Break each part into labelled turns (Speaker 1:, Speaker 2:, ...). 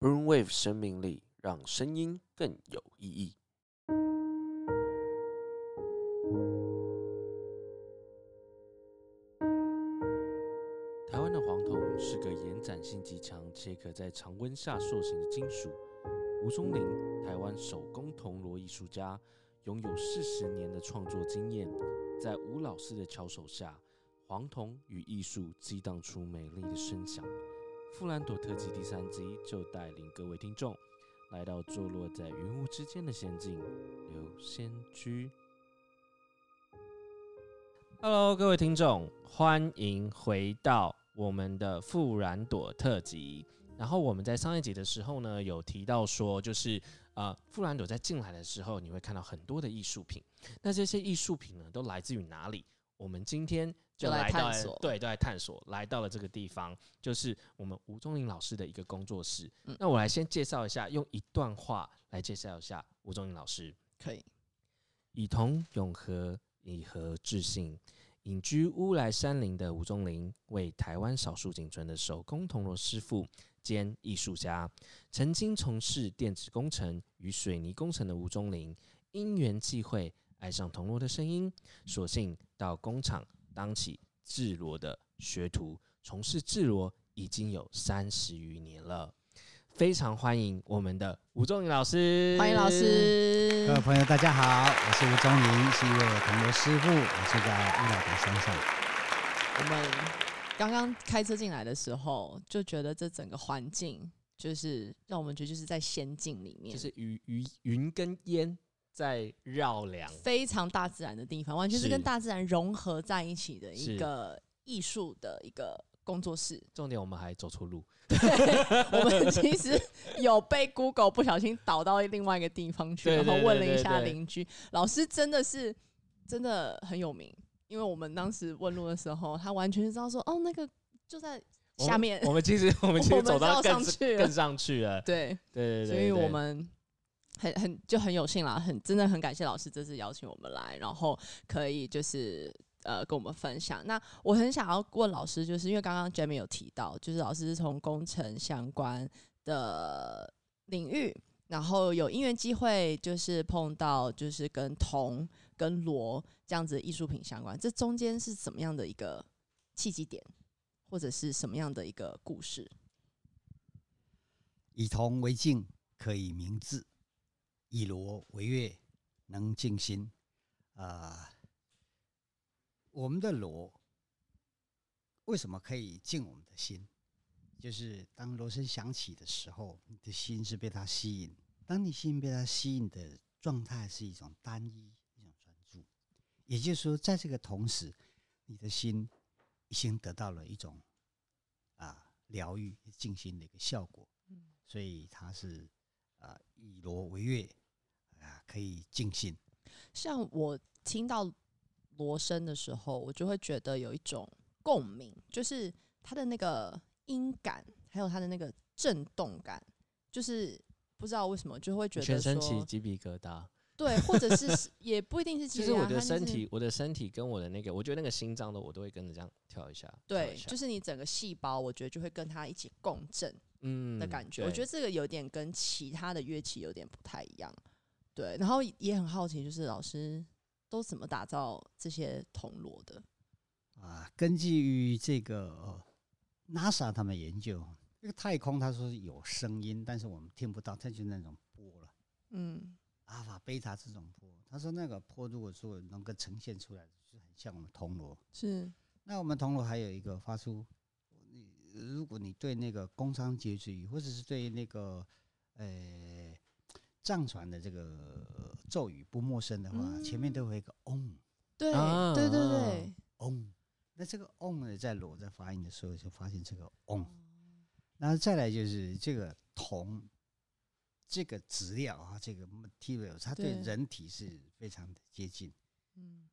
Speaker 1: Brainwave 生命力，让声音更有意义。台湾的黄铜是个延展性极强且可在常温下塑形的金属。吴松林，台湾手工铜锣艺术家，拥有四十年的创作经验，在吴老师的巧手下，黄铜与艺术激荡出美丽的声响。富兰朵特辑第三集就带领各位听众来到坐落在云雾之间的仙境留仙居。Hello，各位听众，欢迎回到我们的富兰朵特辑。然后我们在上一集的时候呢，有提到说，就是呃，富兰朵在进来的时候，你会看到很多的艺术品。那这些艺术品呢，都来自于哪里？我们今天就
Speaker 2: 就来
Speaker 1: 来到
Speaker 2: 探
Speaker 1: 了
Speaker 2: 索
Speaker 1: 对，都来探索，来到了这个地方，就是我们吴宗林老师的一个工作室。
Speaker 2: 嗯
Speaker 1: 那我来先介绍一下，用一段话来介绍一下吴宗林老师。
Speaker 2: 可以，
Speaker 1: 以同永和，以和致信。隐居乌来山林的吴宗林，为台湾少数仅存的手工铜锣师傅兼艺术家，曾经从事电子工程与水泥工程的吴宗林，因缘际会爱上铜锣的声音，索性到工厂当起制锣的学徒，从事制锣已经有三十余年了。非常欢迎我们的吴宗林老师，
Speaker 2: 欢迎老。师
Speaker 3: 各。
Speaker 1: 呃
Speaker 3: 位朋友，大家好，我是吴宗林，是一位铜锣师傅，我是在乌来的山上。
Speaker 2: 我们刚刚开车进来的时候，就觉得这整个环境就是让我们觉得就是在仙境里面，
Speaker 1: 就是云云云跟烟在绕梁，
Speaker 2: 非常大自然的地方，完全是
Speaker 1: 是
Speaker 2: 跟大自然融合在一起的
Speaker 1: 是
Speaker 2: 一个艺术的一个工 作室。
Speaker 1: 重点我们还走错路，
Speaker 2: 我们其实有被 Google 不小心导到另外一个地方去，
Speaker 1: 对
Speaker 2: 然后
Speaker 1: 对对
Speaker 2: 问了一
Speaker 1: 对
Speaker 2: 下
Speaker 1: 对
Speaker 2: 邻居，老师真的是真的很有名，因为我们当时问路的时候，他完全知道说哦，那个就在
Speaker 1: 我们
Speaker 2: 下面，
Speaker 1: 我们其实我们其实
Speaker 2: 我们
Speaker 1: 走到
Speaker 2: 绕上
Speaker 1: 更
Speaker 2: 去了
Speaker 1: 更上去了，
Speaker 2: 对，
Speaker 1: 对对对，
Speaker 2: 所以
Speaker 1: 对
Speaker 2: 我们。很很就很有幸啦，很真的很感谢老师这次邀请我们来，然后可以就是呃跟我们分享。那我很想要问老师，就是因为刚刚 Jamie 有提到，就是老师是从工程相关的领域，然后有因缘机会，就是碰到就是跟铜跟螺这样子的艺术品相关，这中间是怎么样的一个契机点，或者是什么样的一个故事？
Speaker 3: 以铜为镜，可以明志；以罗为乐，能静心。啊、我们的罗为什么可以静我们的心？就是当锣声响起的时候，你的心是被它吸引。当你心被它吸引的状态是一种单一、一种专注。也就是说，在这个同时，你的心已经得到了一种啊疗愈、静心的一个效果。所以它是啊、以罗为乐啊、可以尽兴。
Speaker 2: 像我听到锣声的时候，我就会觉得有一种共鸣，就是它的那个音感，还有它的那个震动感，就是不知道为什么就会觉
Speaker 1: 全
Speaker 2: 得
Speaker 1: 身起
Speaker 2: 说，
Speaker 1: 鸡皮疙瘩。
Speaker 2: 对，或者是 也不一定是
Speaker 1: 其
Speaker 2: 其
Speaker 1: 实我
Speaker 2: 他，
Speaker 1: 的
Speaker 2: 它
Speaker 1: 身
Speaker 2: 就是
Speaker 1: 体，我的身体跟我的那个，我觉得那个心脏的我都会跟着这样跳一下，跳
Speaker 2: 对，
Speaker 1: 一下
Speaker 2: 就是你整个细胞，我觉得就会跟它一起共振
Speaker 1: 嗯
Speaker 2: 的感觉。我觉
Speaker 1: 得
Speaker 2: 得这个有点跟其他的乐器有点不太一样，对。然后也很好奇，就是老师都怎么打造这些铜锣的？
Speaker 3: 啊，根据于这个、呃、NASA 他们研究，这个太空他说是有声音，但是我们听不到，它就是那种波了，
Speaker 2: 嗯，
Speaker 3: 阿尔法、贝塔这种波。他说那个波如果说能够呈现出来，就很像我们铜锣。
Speaker 2: 是
Speaker 3: 那我们铜锣还有一个发出，你如果你对那个工商结局，或者是对那个呃藏传的这个呃咒语不陌生的话，前面都会有一个嗡
Speaker 2: 对、
Speaker 1: 啊
Speaker 2: 对对
Speaker 1: 啊
Speaker 2: 对，
Speaker 3: 嗡。那这个嗡呢，在裸在发音的时候就发现这个嗡。然后再来就是这个铜，这个质料啊，这个 material，它对
Speaker 2: 对
Speaker 3: 人体是非常的接近。
Speaker 2: 嗯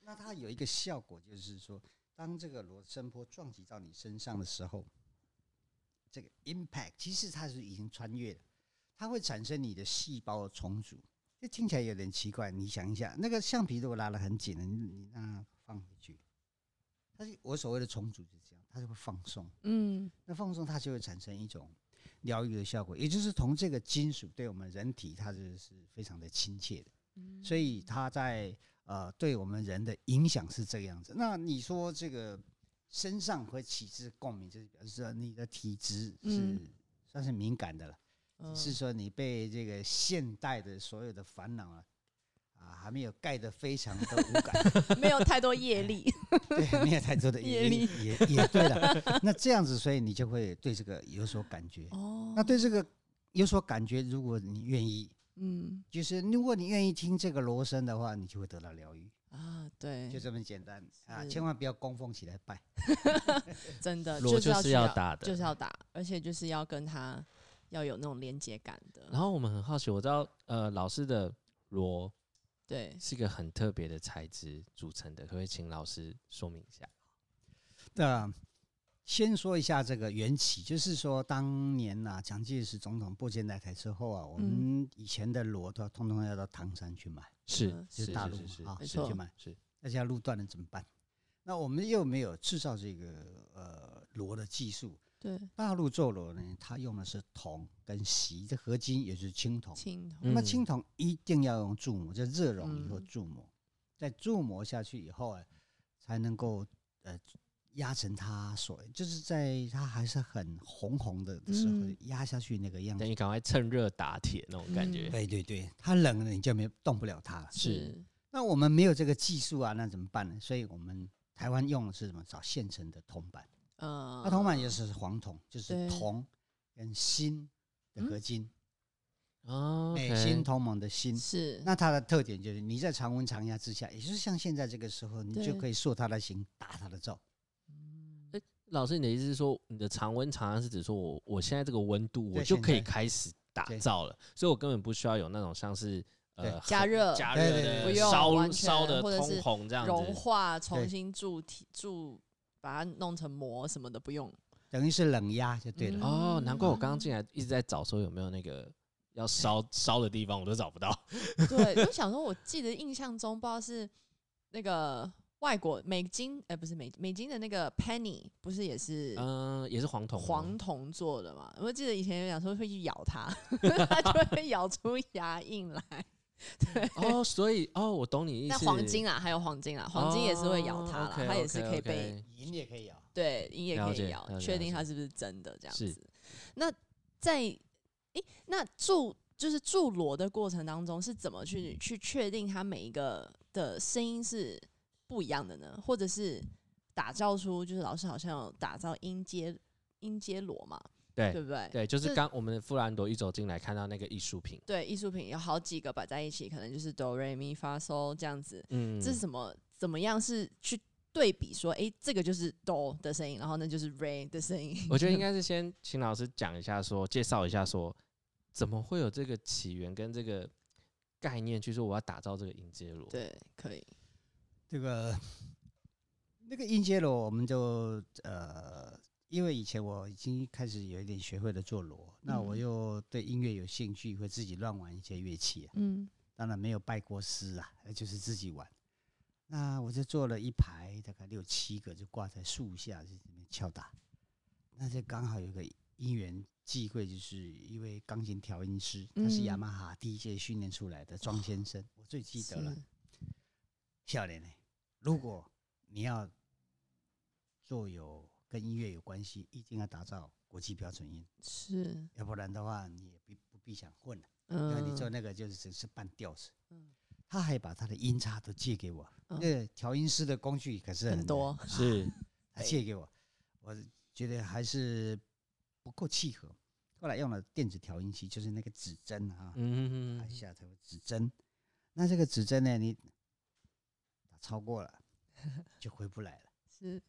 Speaker 3: 那它有一个效果，就是说，当这个螺声波撞击到你身上的时候，这个 impact 其实它是已经穿越了，它会产生你的细胞的重组。这听起来有点奇怪，你想一下，那个橡皮如果拉得很紧的，你你让它放回去，它是我所谓的重组就是这样，它他就会放松。
Speaker 2: 嗯
Speaker 3: 那放松它就会产生一种疗愈的效果，也就是从这个金属对我们人体，它就是非常的亲切的，
Speaker 2: 嗯
Speaker 3: 所以它在呃对我们人的影响是这个样子。那你说这个身上会起之共鸣，就是表示说你的体质是
Speaker 2: 嗯
Speaker 3: 算是敏感的了，只
Speaker 2: 嗯
Speaker 3: 是说你被这个现代的所有的烦恼啊啊还没有盖得非常的无感。
Speaker 2: 没有太多业力。
Speaker 1: 哎
Speaker 3: 对，没有太多的
Speaker 2: 业
Speaker 3: 也
Speaker 2: 力
Speaker 3: 也也对了。那这样子，所以你就会对这个有所感觉。
Speaker 2: 哦
Speaker 3: 那对这个有所感觉，如果你愿意，
Speaker 2: 嗯
Speaker 3: 就是如果你愿意听这个锣声的话，你就会得到疗愈，
Speaker 2: 啊，对，
Speaker 3: 就这么简单啊！
Speaker 2: 是
Speaker 3: 千万不要供奉起来拜。
Speaker 2: 真的
Speaker 1: 锣
Speaker 2: 是
Speaker 1: 就
Speaker 2: 要
Speaker 1: 是
Speaker 2: 去啊
Speaker 1: 要打的
Speaker 2: 就是要打，而且就是要跟他要有那种连接感的。
Speaker 1: 然后我们很好奇，我知道呃老师的锣
Speaker 2: 对，
Speaker 1: 是一个很特别的材质组成的，可不可以请老师说明一下？
Speaker 3: 那先说一下这个缘起，就是说当年呐、蒋介石总统拨建来台之后啊，我们以前的锣都要通通要到唐山去买，
Speaker 1: 是
Speaker 2: 嗯
Speaker 3: 就是
Speaker 1: 是
Speaker 3: 大陆
Speaker 1: 是是
Speaker 3: 嘛啊，
Speaker 2: 没
Speaker 3: 去
Speaker 2: 错
Speaker 3: 买。
Speaker 1: 是
Speaker 3: 那现在路断了怎么办？那我们又没有制造这个呃螺的技术。
Speaker 2: 对，
Speaker 3: 大陆做螺呢，它用的是铜跟锡的合金，也就是青铜。
Speaker 2: 青铜
Speaker 1: 嗯
Speaker 3: 那么青铜一定要用铸模，就热熔以后
Speaker 2: 嗯
Speaker 3: 铸模，在铸模下去以后啊，才能够呃压成它所，就是在它还是很红红的的时候
Speaker 2: 嗯
Speaker 3: 压下去那个样子
Speaker 1: 等。你赶快趁热打铁那种感
Speaker 2: 嗯
Speaker 1: 觉，
Speaker 3: 对对对，它冷了你就没动不了它了。
Speaker 1: 是
Speaker 3: 那我们没有这个技术啊，那怎么办呢？所以我们台湾用的是什么？找现成的铜板。
Speaker 2: 呃，
Speaker 3: 那铜板也是黄铜，就
Speaker 2: 对嗯
Speaker 3: 是铜跟锌的合金，
Speaker 1: 哦，
Speaker 3: 哎、
Speaker 1: OK
Speaker 3: 锌同盟的锌。
Speaker 2: 是
Speaker 3: 那它的特点就是你在常温常压之下，也就是像现在这个时候，你就
Speaker 2: 对
Speaker 3: 可以塑它的形，打它的造。
Speaker 1: 老师，你的意思是说，你的常温常压是指说我我现在这个温度，
Speaker 3: 对
Speaker 1: 我就可以
Speaker 3: 现在
Speaker 1: 开始打
Speaker 3: 对
Speaker 1: 造了，所以我根本不需要有那种像是呃
Speaker 3: 对
Speaker 2: 加
Speaker 1: 很
Speaker 2: 热
Speaker 1: 加
Speaker 3: 对
Speaker 1: 热
Speaker 3: 对对
Speaker 1: 的
Speaker 3: 不
Speaker 2: 用
Speaker 1: 烧
Speaker 2: 完全
Speaker 1: 烧的
Speaker 2: 或者是
Speaker 1: 通红这样
Speaker 2: 融
Speaker 1: 子，
Speaker 2: 化，重
Speaker 3: 对
Speaker 2: 新铸体铸，把它弄成膜什么的，不用。
Speaker 3: 等于是冷压就对了。
Speaker 2: 嗯
Speaker 1: 哦，难怪我刚刚进来一直在找说有没有那个要烧烧的地方，我都找不到。
Speaker 2: 对，就想说，我记得印象中不知道是那个外国美金，哎、不是美美金的那个 penny，不是也是
Speaker 1: 嗯，也是黄铜吗，
Speaker 2: 黄铜做的嘛？我记得以前有讲说会去咬它， 它就会咬出牙印来。
Speaker 1: 哦，所以哦，我懂你意
Speaker 2: 那
Speaker 1: 思。
Speaker 2: 黄金啊，还有黄金啊，黄金也是会咬它啦，
Speaker 1: 哦
Speaker 2: 它也是可以被
Speaker 1: OK，OK
Speaker 3: 银也可以啊，
Speaker 2: 对，你也
Speaker 1: 了
Speaker 2: 可
Speaker 1: 解
Speaker 2: 以咬
Speaker 1: 了，解
Speaker 2: 确
Speaker 1: 了
Speaker 2: 定它
Speaker 1: 解
Speaker 2: 是不是真的这样
Speaker 1: 是
Speaker 2: 子。那在诶、那铸就是铸锣的过程当中，是怎么去去确定它每一个的声音是不一样的呢？或者是打造出就是老师好像有打造音阶音阶锣嘛，对
Speaker 1: 对
Speaker 2: 不对？
Speaker 1: 对，就是
Speaker 2: 这
Speaker 1: 刚我们的富兰朵一走进来，看到那个艺术品，
Speaker 2: 对，艺术品有好几个摆在一起，可能就是哆瑞咪发嗦这样子。
Speaker 1: 嗯，
Speaker 2: 这是什么？怎么样是去对比说，诶、这个就是哆的声音，然后那就是 re 的声音。
Speaker 1: 我觉得应该是先请老师讲一下说，介绍一下说，怎么会有这个起源跟这个概念，去说我要打造这个迎接罗。，
Speaker 2: 对，可以。
Speaker 3: 这个那个音阶螺，我们就呃，因为以前我已经开始有一点学会了做锣，那我
Speaker 2: 嗯
Speaker 3: 又对音乐有兴趣，会自己乱玩一些乐器啊。
Speaker 2: 嗯
Speaker 3: 当然没有拜过师啊，呃就是自己玩。那我就做了一排，大概六七个，就挂在树下，就在那边敲打。那就刚好有个因缘际会，就是一位钢琴调音师，他是雅
Speaker 2: 嗯
Speaker 3: 马哈第一届训练出来的庄先生，我最记得了
Speaker 2: 是。
Speaker 3: 笑脸呢，如果你要做有跟音乐有关系，一定要打造国际标准音，
Speaker 2: 是，
Speaker 3: 要不然的话，你也不不必想混了。因为
Speaker 2: 嗯，
Speaker 3: 你做那个就是只是半吊子。
Speaker 2: 嗯
Speaker 3: 他还把他的音叉都借给我，
Speaker 2: 嗯
Speaker 3: 那个调音师的工具可是
Speaker 2: 很
Speaker 3: 很
Speaker 2: 多，
Speaker 1: 是
Speaker 3: 他借给我，我觉得还是不够契合。后来用了电子调音器，就是那个指针啊，
Speaker 1: 嗯
Speaker 3: 按，下头指针。那这个指针呢，你打超 过了就回不来了，
Speaker 2: 是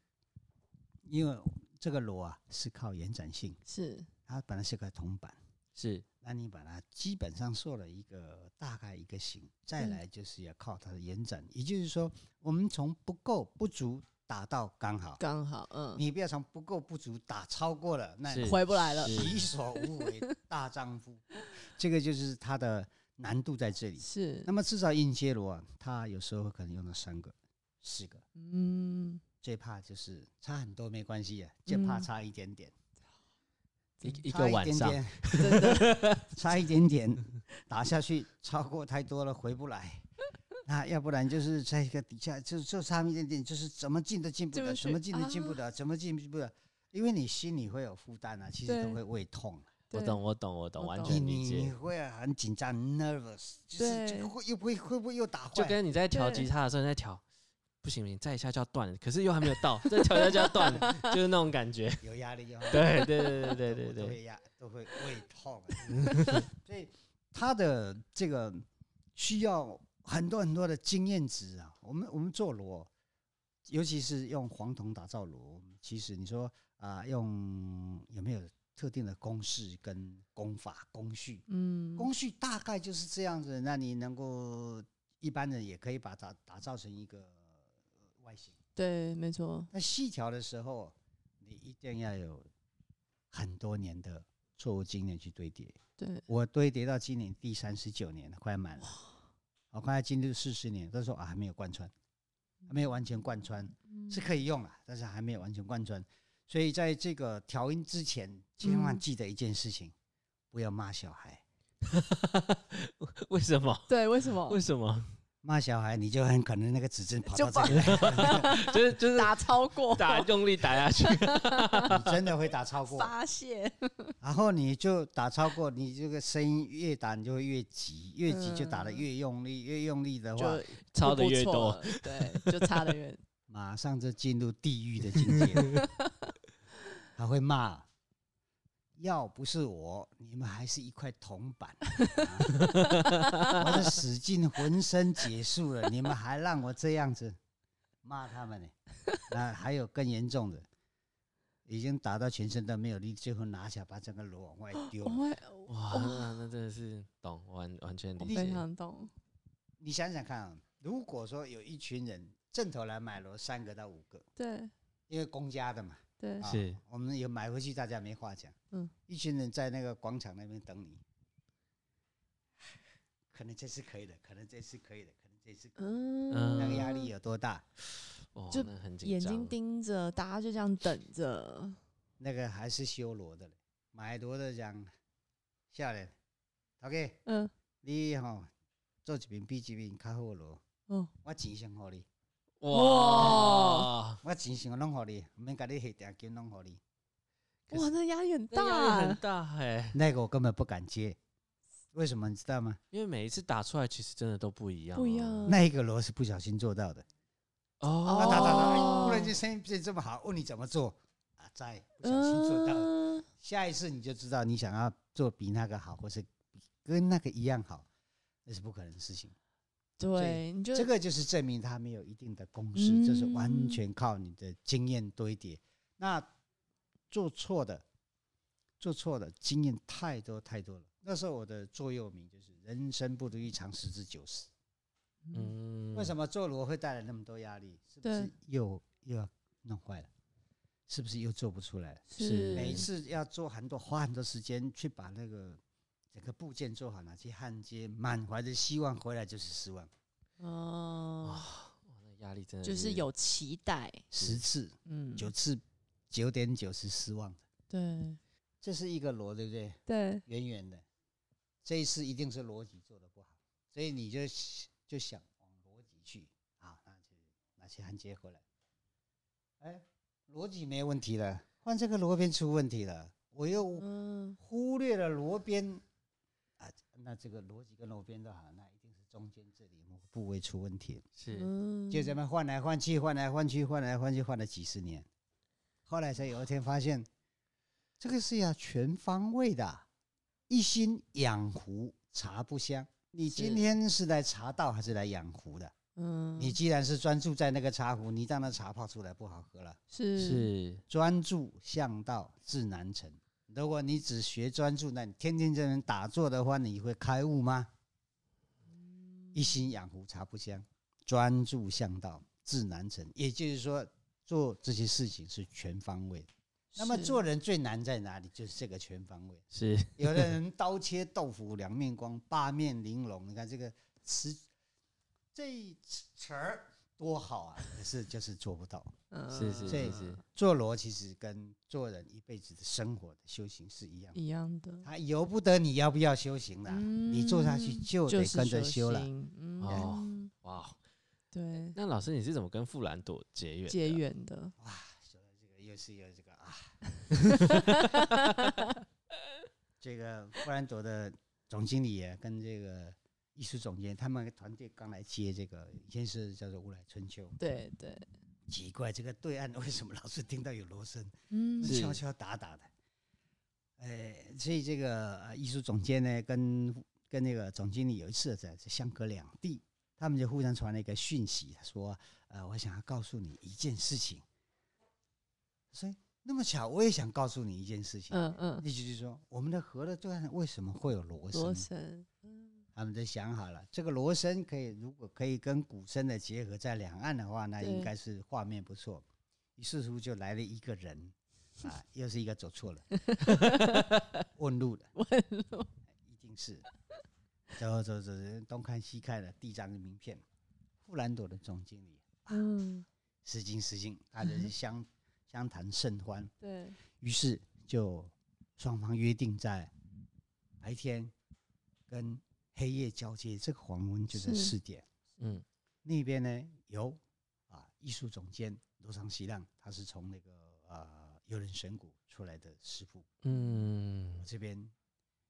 Speaker 3: 因为这个锣啊是靠延展性，
Speaker 2: 是，
Speaker 3: 它本来是个铜板。
Speaker 1: 是
Speaker 3: 那你把它基本上做了一个大概一个形，再
Speaker 2: 嗯
Speaker 3: 来就是要靠它的延展，也就是说，我们从不够不足打到刚好，
Speaker 2: 刚好，嗯，
Speaker 3: 你不要从不够不足打超过了，那
Speaker 1: 是
Speaker 2: 回不来了，
Speaker 3: 己所无为大丈夫，这个就是它的难度在这里。
Speaker 2: 是
Speaker 3: 那，么制造硬接螺啊，它有时候可能用到三个、四个，
Speaker 2: 嗯，
Speaker 3: 最怕就是差很多没关系啊，就怕
Speaker 2: 嗯
Speaker 3: 差一点点，
Speaker 1: 一一
Speaker 3: 嗯差
Speaker 1: 个晚
Speaker 3: 点
Speaker 1: 上，
Speaker 3: 点
Speaker 2: 真的，
Speaker 3: 差一点点打下去，超过太多了回不来。 那要不然就是在一个底下，就就差一点点，就是怎么进都进不
Speaker 2: 进不
Speaker 3: 了，
Speaker 2: 去
Speaker 3: 怎么进都进不
Speaker 2: 啊
Speaker 3: 了，怎么进不了，因为你心里会有负担啊，其实都
Speaker 2: 对
Speaker 3: 会胃痛，
Speaker 1: 我
Speaker 2: 对
Speaker 1: 懂，我懂，我懂，
Speaker 2: 我
Speaker 1: 完
Speaker 2: 懂
Speaker 3: 你
Speaker 1: 全理
Speaker 3: 你你
Speaker 1: 解。
Speaker 3: 会很紧张，nervous，就是这
Speaker 2: 对
Speaker 3: 个会又不会会不会又打坏？
Speaker 1: 就跟你在调
Speaker 2: 对
Speaker 1: 吉他的时候，你在调，不行不行，再一下就要断了，可是又还没有到，再调一下就要断 了，就是那种感觉。
Speaker 3: 有压力有
Speaker 1: 对对对对对
Speaker 3: 我 都
Speaker 1: 对
Speaker 3: 会压，都会胃痛啊。 所以他的这个需要很多很多的经验值啊。我们我们做螺，尤其是用黄铜打造螺，其实你说啊、用有没有特定的公式跟功法工序？
Speaker 2: 嗯，
Speaker 3: 工序大概就是这样子，那你能够一般人也可以把它打造成一个呃外形。
Speaker 2: 对，没错，
Speaker 3: 那细调的时候，你一定要有很多年的错误经验去堆叠。
Speaker 2: 对，
Speaker 3: 我堆叠到今年第三十九年了，快要满了，我快要进入四十年，但是我啊还没有贯穿，还没有完全贯穿，
Speaker 2: 嗯
Speaker 3: 是可以用了，但是还没有完全贯穿。所以在这个调音之前，千万
Speaker 2: 嗯
Speaker 3: 记得一件事情，不要骂小孩。
Speaker 1: 对，为什 么？
Speaker 2: 对，为什么
Speaker 1: 为什么？
Speaker 3: 骂小孩，你就很可能那个指针跑
Speaker 2: 就
Speaker 3: 到这里来，
Speaker 1: 就是就是
Speaker 2: 打超过
Speaker 1: 打用力打下去，
Speaker 3: 你真的会打超过。
Speaker 2: 发泄？
Speaker 3: 然后你就打超过，你这个声音越打你就会越急，越急就打得
Speaker 2: 嗯
Speaker 3: 越用力，越用力的话
Speaker 2: 就，
Speaker 1: 抄的
Speaker 2: 不
Speaker 1: 越
Speaker 2: 错
Speaker 1: 多，
Speaker 2: 了，对，就差的越
Speaker 3: 马上就进入地狱的境界。他会骂：“要不是我，你们还是一块铜板。啊我的使劲浑身解数了，你们还让我这样子骂他们呢？那还有更严重的，已经打到全身都没有力，最后拿起来把整个楼往外丢了。
Speaker 2: 我会，
Speaker 1: 哇，那那真的是懂，完完全
Speaker 2: 我
Speaker 1: 理
Speaker 2: 非
Speaker 1: 解。
Speaker 2: 常懂，
Speaker 3: 你想想看、啊，如果说有一群人正头来买楼三个到五个，
Speaker 2: 对
Speaker 3: 因为公家的嘛，
Speaker 2: 对
Speaker 3: 啊
Speaker 1: 是
Speaker 3: 我们有买回去，大家没话讲。
Speaker 2: 嗯，
Speaker 3: 一群人在那个广场那边等你，可能这次可以的，可能这次可以的，可能这次可以
Speaker 2: 嗯，
Speaker 3: 那个压力有啊多大？
Speaker 1: 哦，
Speaker 2: 就
Speaker 1: 那很紧
Speaker 2: 眼
Speaker 1: 张
Speaker 2: 睛。盯着，大家就这样等着，
Speaker 3: 那个还是修罗的嘞，买罗的讲，下来，OK，
Speaker 2: 嗯，
Speaker 3: 你吼、做一遍比一遍较好咯。
Speaker 2: 哦，
Speaker 3: 我钱先互你，
Speaker 1: 哇，
Speaker 3: 我钱先拢互你，免甲你下定金拢互你。
Speaker 1: 可
Speaker 2: 哇，
Speaker 1: 是
Speaker 2: 那压力很
Speaker 1: 那压力
Speaker 2: 大
Speaker 1: 很，大哎，
Speaker 3: 那个我根本不敢接，为什么你知道吗？
Speaker 1: 因为每一次打出来其实真的都不一样啊，
Speaker 2: 不一样啊
Speaker 3: 那一个罗是不小心做到的。
Speaker 1: 哦
Speaker 3: 啊，打打打，哎
Speaker 2: 哦
Speaker 3: 忽然间声音变这么好，问你怎么做啊？在不小心做到了，
Speaker 2: 嗯
Speaker 3: 下一次你就知道你想要做比那个好，或是跟那个一样好，那是不可能的事情。
Speaker 2: 对，你就嗯
Speaker 3: 这个就是证明他没有一定的公式，这是完全靠你的经验堆叠。那做错的，做错的经验太多太多了。那时候我的座右铭就是“人生不如意常十之九十”。
Speaker 1: 嗯
Speaker 3: 为什么做螺会带来那么多压力？是不是
Speaker 2: 对
Speaker 3: 又又要弄坏了？是不是又做不出来了？
Speaker 1: 是
Speaker 3: 每一
Speaker 1: 嗯
Speaker 3: 次要做很多，花很多时间去把那个整个部件做好，拿去焊接，满怀着希望回来就是失望，
Speaker 2: 嗯，
Speaker 3: 啊
Speaker 1: 那压力真的
Speaker 2: 就是有期待，
Speaker 3: 十次
Speaker 2: 嗯，
Speaker 3: 九次九点九是失望的。
Speaker 2: 对
Speaker 3: 这是一个螺，对不对？
Speaker 2: 对，
Speaker 3: 圆圆的，这一次一定是逻辑做的不好，所以你就就想往逻辑去啊，那就拿去焊接回来。哎，逻辑没问题了，换这个螺边出问题了，我又
Speaker 2: 嗯，
Speaker 3: 忽略了螺边啊，那这个逻辑跟螺边都好，那一定是中间这里某个部位出问题了，
Speaker 1: 是
Speaker 2: 嗯
Speaker 3: 就这么换来换去，换来换去，换来换去，换了几十年，后来才有一天发现，这个是要全方位的啊，一心养壶茶不香。你
Speaker 1: 是
Speaker 3: 今天是来茶道还是来养壶的？
Speaker 2: 嗯，
Speaker 3: 你既然是专注在那个茶壶，你当然茶泡出来不好喝了。
Speaker 2: 是
Speaker 1: 是
Speaker 3: 专注向道自难成。如果你只学专注，那你天天在那打坐的话，你会开悟吗？一心养壶茶不香，专注向道自难成。也就是说，做这些事情是全方位的。那么
Speaker 2: 是
Speaker 3: 做人最难在哪里？就是这个全方位。
Speaker 1: 是
Speaker 3: 有的人刀切豆腐两面光，八面玲珑。你看这个词，这一词儿多好啊！可是就是做不到。
Speaker 2: 嗯，
Speaker 1: 是是
Speaker 3: 所以
Speaker 1: 是是，
Speaker 3: 做罗其实跟做人一辈子的生活的修行是一样的，
Speaker 2: 一样的。
Speaker 3: 它由不得你要不要修行啦，你做下去
Speaker 2: 嗯
Speaker 3: 就
Speaker 2: 就
Speaker 3: 得
Speaker 2: 是
Speaker 3: 跟着
Speaker 2: 修
Speaker 3: 修了。
Speaker 2: 行嗯，
Speaker 1: 哦
Speaker 2: 嗯
Speaker 1: 哇！
Speaker 2: 对，
Speaker 1: 那老师你是怎么跟富兰朵结缘？
Speaker 2: 结，缘的，
Speaker 3: 哇，说到这个又是又这个啊，这个布兰朵的总经理啊跟这个艺术总监他们团队刚来接这个，以前是叫做乌来春秋。
Speaker 2: 对对，
Speaker 3: 奇怪，这个对岸为什么老是听到有锣声？
Speaker 2: 嗯
Speaker 1: 是
Speaker 3: 敲敲打打的。呃，所以这个呃艺术总监呢，跟跟那个总经理有一次在在相隔两地，他们就互相传了一个讯息，他说：“呃，我想要告诉你一件事情。”所以那么巧，我也想告诉你一件事情。
Speaker 2: 嗯嗯，
Speaker 3: 那就是说，我们的河的对岸为什么会有锣
Speaker 2: 罗
Speaker 3: 声？
Speaker 2: 森，
Speaker 3: 他们都想好了，这个锣声可以，如果可以跟鼓声的结合在两岸的话，那
Speaker 2: 对
Speaker 3: 应该是画面不错。于是乎就来了一个 人，啊，又是一个走错 了，问路的，问路一定是走走走走，东看西看的，递张名片，富兰朵的总经理，啊
Speaker 2: 嗯，
Speaker 3: 失敬失敬，大家是相相谈甚欢，
Speaker 2: 对，
Speaker 3: 于是就双方约定在白天跟黑夜交接，这个黄昏就在
Speaker 2: 是
Speaker 3: 四点。
Speaker 1: 嗯，
Speaker 3: 那边呢由啊艺术总监罗长喜浪，他是从那个呃游人神谷出来的师傅，我
Speaker 1: 嗯，
Speaker 3: 这边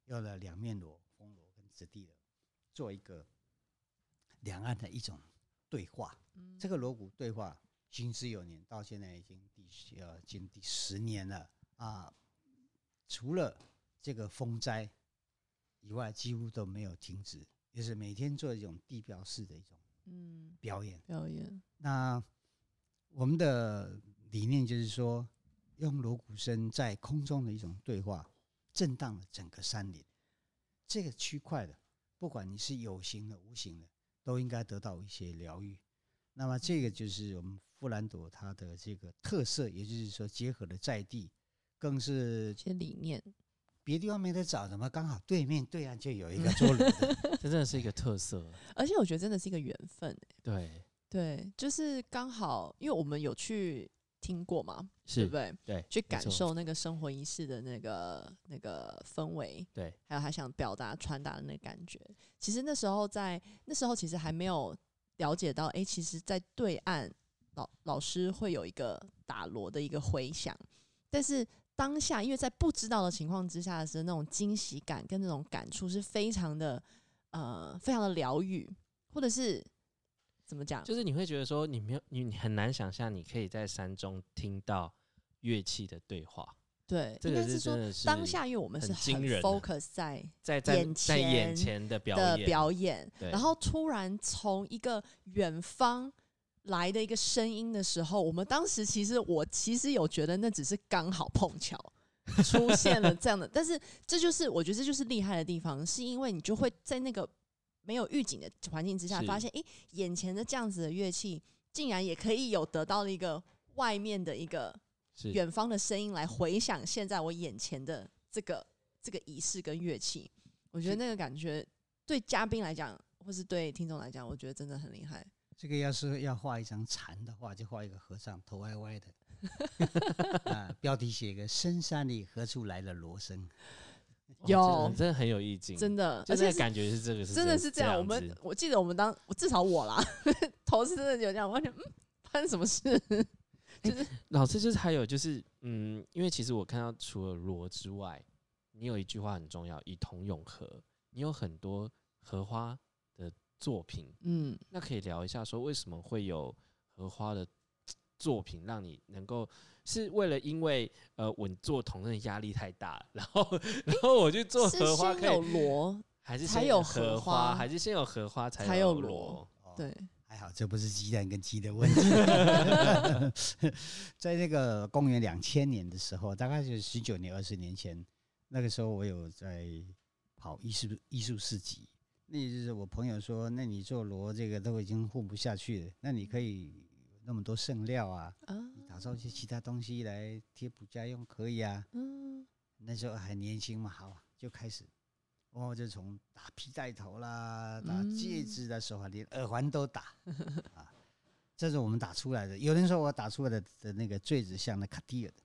Speaker 3: 要了两面锣，风锣跟子弟的，做一个两岸的一种对话。这个
Speaker 2: 嗯
Speaker 3: 锣鼓对话行之有年，到现在已经第十呃近第十年了啊。除了这个风灾以外，几乎都没有停止，就是每天做一种地标式的一种
Speaker 2: 嗯，
Speaker 3: 表演。
Speaker 2: 表演，
Speaker 3: 那我们的理念就是说，用锣鼓声在空中的一种对话，震荡了整个山林。这个区块的，不管你是有形的、无形的，都应该得到一些疗愈。那么，这个就是我们富兰朵它的这个特色，也就是说，结合了在地，更是
Speaker 2: 一些理念，
Speaker 3: 别地方没得找，怎么刚好对面对岸就有一个做锣的？
Speaker 1: 这真的是一个特色，
Speaker 2: 而且我觉得真的是一个缘分欸，
Speaker 1: 对，
Speaker 2: 对，就是刚好，因为我们有去听过嘛，对
Speaker 1: 是
Speaker 2: 不，对？
Speaker 1: 对，
Speaker 2: 去
Speaker 1: 没
Speaker 2: 感
Speaker 1: 错，
Speaker 2: 受那个生活仪式的那个那个氛围，
Speaker 1: 对，
Speaker 2: 还有他想表达传达的那个感觉。其实那时候在那时候其实还没有了解到，诶，其实，在对岸老老师会有一个打锣的一个回响，但是当下因为在不知道的情况之下的时候，那种惊喜感跟那种感触是非常的呃非常的疗愈，或者是怎么讲？
Speaker 1: 就是你会觉得说，你没有，你你很难想象，你可以在山中听到乐器的对话，
Speaker 2: 对，
Speaker 1: 这
Speaker 2: 应
Speaker 1: 个
Speaker 2: 该是
Speaker 1: 是
Speaker 2: 说
Speaker 1: 真的是
Speaker 2: 当下，因为我们是
Speaker 1: 很惊
Speaker 2: 很
Speaker 1: 人的
Speaker 2: focus 在
Speaker 1: 在在
Speaker 2: 眼
Speaker 1: 在眼
Speaker 2: 前
Speaker 1: 前的表
Speaker 2: 的
Speaker 1: 演，
Speaker 2: 表演，
Speaker 1: 对
Speaker 2: 然后突然从一个远方来的一个声音的时候，我们当时其实我其实有觉得那只是刚好碰 巧出现了这样的，但是这就是我觉得这就是厉害的地方，是因为你就会在那个没有预警的环境之下，
Speaker 1: 是
Speaker 2: 发现诶，眼前的这样子的乐器竟然也可以有得到了一个外面的一个
Speaker 1: 是
Speaker 2: 远方的声音来回响现在我眼前的这个这个仪式跟乐器，我觉得
Speaker 3: 是
Speaker 2: 那个感觉对嘉宾来讲，或是对听众来讲，我觉得真的很厉害。
Speaker 3: 这个要是要画一张禅的话，就画一个和尚头歪歪的。啊，标题写一个“深山里何处来的锣声
Speaker 1: 哇哦真的
Speaker 2: 有
Speaker 1: 真的很有意境，
Speaker 2: 真的，而
Speaker 1: 嗯就那
Speaker 2: 且
Speaker 1: 个
Speaker 2: 是
Speaker 1: 感觉是这个是
Speaker 2: 真的是
Speaker 1: 这
Speaker 2: 这样。我们
Speaker 1: 子
Speaker 2: 我记得我们当我至少我啦， 头是真的有这样，完全嗯，发生什么事？
Speaker 1: 老师就是还有就是嗯，因为其实我看到除了罗之外，你有一句话很重要，以铜咏荷，你有很多荷花的作品，
Speaker 2: 嗯，
Speaker 1: 那可以聊一下说为什么会有荷花的作品让你能够是为了因为呃我做铜的压力太大，然后然后我去做
Speaker 2: 是
Speaker 1: 荷花
Speaker 2: 先
Speaker 1: 可以
Speaker 2: 有罗，
Speaker 1: 还是
Speaker 2: 才
Speaker 1: 先
Speaker 2: 有荷
Speaker 1: 荷
Speaker 2: 花
Speaker 1: 还是先有荷花才
Speaker 2: 才有
Speaker 1: 有
Speaker 2: 螺
Speaker 1: 螺？”。
Speaker 3: 哦，
Speaker 2: 对，
Speaker 3: 还好，这不是鸡蛋跟鸡的问题。 在那个公元两千年的时候，大概是十九年、二十年前，那个时候我有在跑艺术艺术市集。那也就是我朋友说，那你做罗这个都已经混不下去了，那你可以那么多剩料啊，
Speaker 2: 啊，
Speaker 3: 你打造一些其他东西来贴补家用可以啊。
Speaker 2: 嗯，
Speaker 3: 那时候还年轻嘛，好啊就开始，哦，就从打皮带头啦，打戒
Speaker 2: 嗯
Speaker 3: 指的手环，连耳环都打啊。这是我们打出来的。有人说我打出来的的那个坠子像那卡地尔的，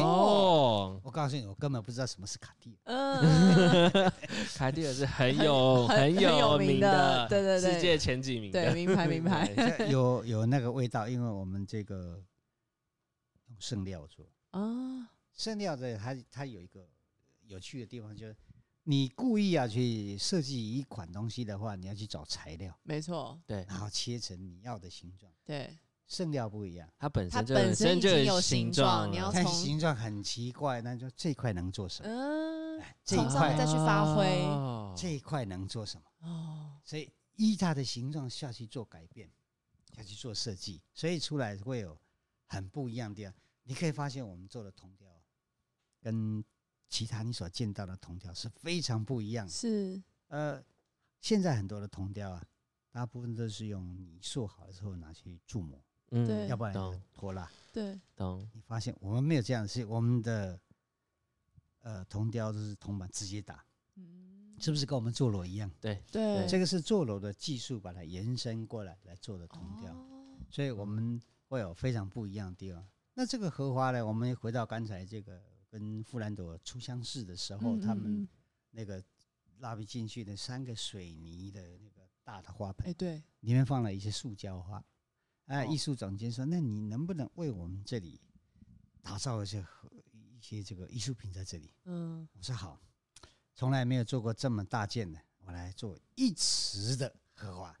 Speaker 2: 哦，
Speaker 1: 哦，
Speaker 3: 我告诉你，我根本不知道什么是卡地尔。
Speaker 2: 嗯，
Speaker 1: 凯蒂尔是很有
Speaker 2: 很很有
Speaker 1: 有
Speaker 2: 名
Speaker 1: 名
Speaker 2: 的对对对
Speaker 1: 世界前几名
Speaker 2: 对，
Speaker 1: 的，
Speaker 2: 名牌名牌，
Speaker 1: 对
Speaker 3: 这有有那个味道，因为我们这个用剩料做，
Speaker 2: 啊，
Speaker 3: 剩料的它它有一个有趣的地方，就是你故意要去设计一款东西的话，你要去找材料，
Speaker 2: 没错，
Speaker 1: 对，
Speaker 3: 然后切成你要的形状。
Speaker 2: 对，
Speaker 3: 剩料不一样，
Speaker 1: 它本
Speaker 2: 它
Speaker 1: 身就
Speaker 2: 本身已
Speaker 1: 就
Speaker 2: 经
Speaker 1: 很
Speaker 2: 有形
Speaker 1: 形
Speaker 2: 状
Speaker 1: 状
Speaker 2: 你要
Speaker 1: 了，
Speaker 3: 但
Speaker 2: 从
Speaker 3: 形状很奇怪，那就这一块能做什么？
Speaker 2: 嗯，
Speaker 3: 哎这
Speaker 2: 从
Speaker 3: 一
Speaker 2: 上面
Speaker 3: 块
Speaker 2: 再去发挥
Speaker 1: 哦
Speaker 3: 这一块能做什么？
Speaker 2: 哦，
Speaker 3: 所以依它的形状下去做改变，下去做设计，所以出来会有很不一样的地方。你可以发现我们做的铜雕跟其他你所见到的铜雕是非常不一样的。
Speaker 2: 是，
Speaker 3: 呃，现在很多的铜雕啊，大部分都是用泥塑好了之后拿去铸模，
Speaker 1: 嗯
Speaker 2: 对
Speaker 3: 要不然就
Speaker 1: 懂
Speaker 3: 泼蜡。
Speaker 2: 对，
Speaker 1: 懂，
Speaker 3: 你发现我们没有这样的事，我们的呃铜雕都是铜板直接打，
Speaker 2: 嗯，
Speaker 3: 是不是跟我们坐楼一样？
Speaker 2: 对，
Speaker 3: 这个是坐楼的技术把它延伸过来来做的铜雕。
Speaker 2: 哦
Speaker 3: 所以我们会有非常不一样的地方。那这个荷花呢，我们回到刚才这个跟富兰朵初相识的时候，
Speaker 2: 嗯
Speaker 3: 他
Speaker 2: 嗯
Speaker 3: 们
Speaker 2: 嗯
Speaker 3: 那个拉不进去的三个水泥的那个大的花
Speaker 2: 哎、
Speaker 3: 盆，
Speaker 2: 对，
Speaker 3: 里面放了一些塑胶花。哎，
Speaker 2: 哦
Speaker 3: 艺术总监说：“那你能不能为我们这里打造一些和一些这个艺术品在这里
Speaker 2: 嗯，？”
Speaker 3: 我说：“好，从来没有做过这么大件的，我来做一池的荷花。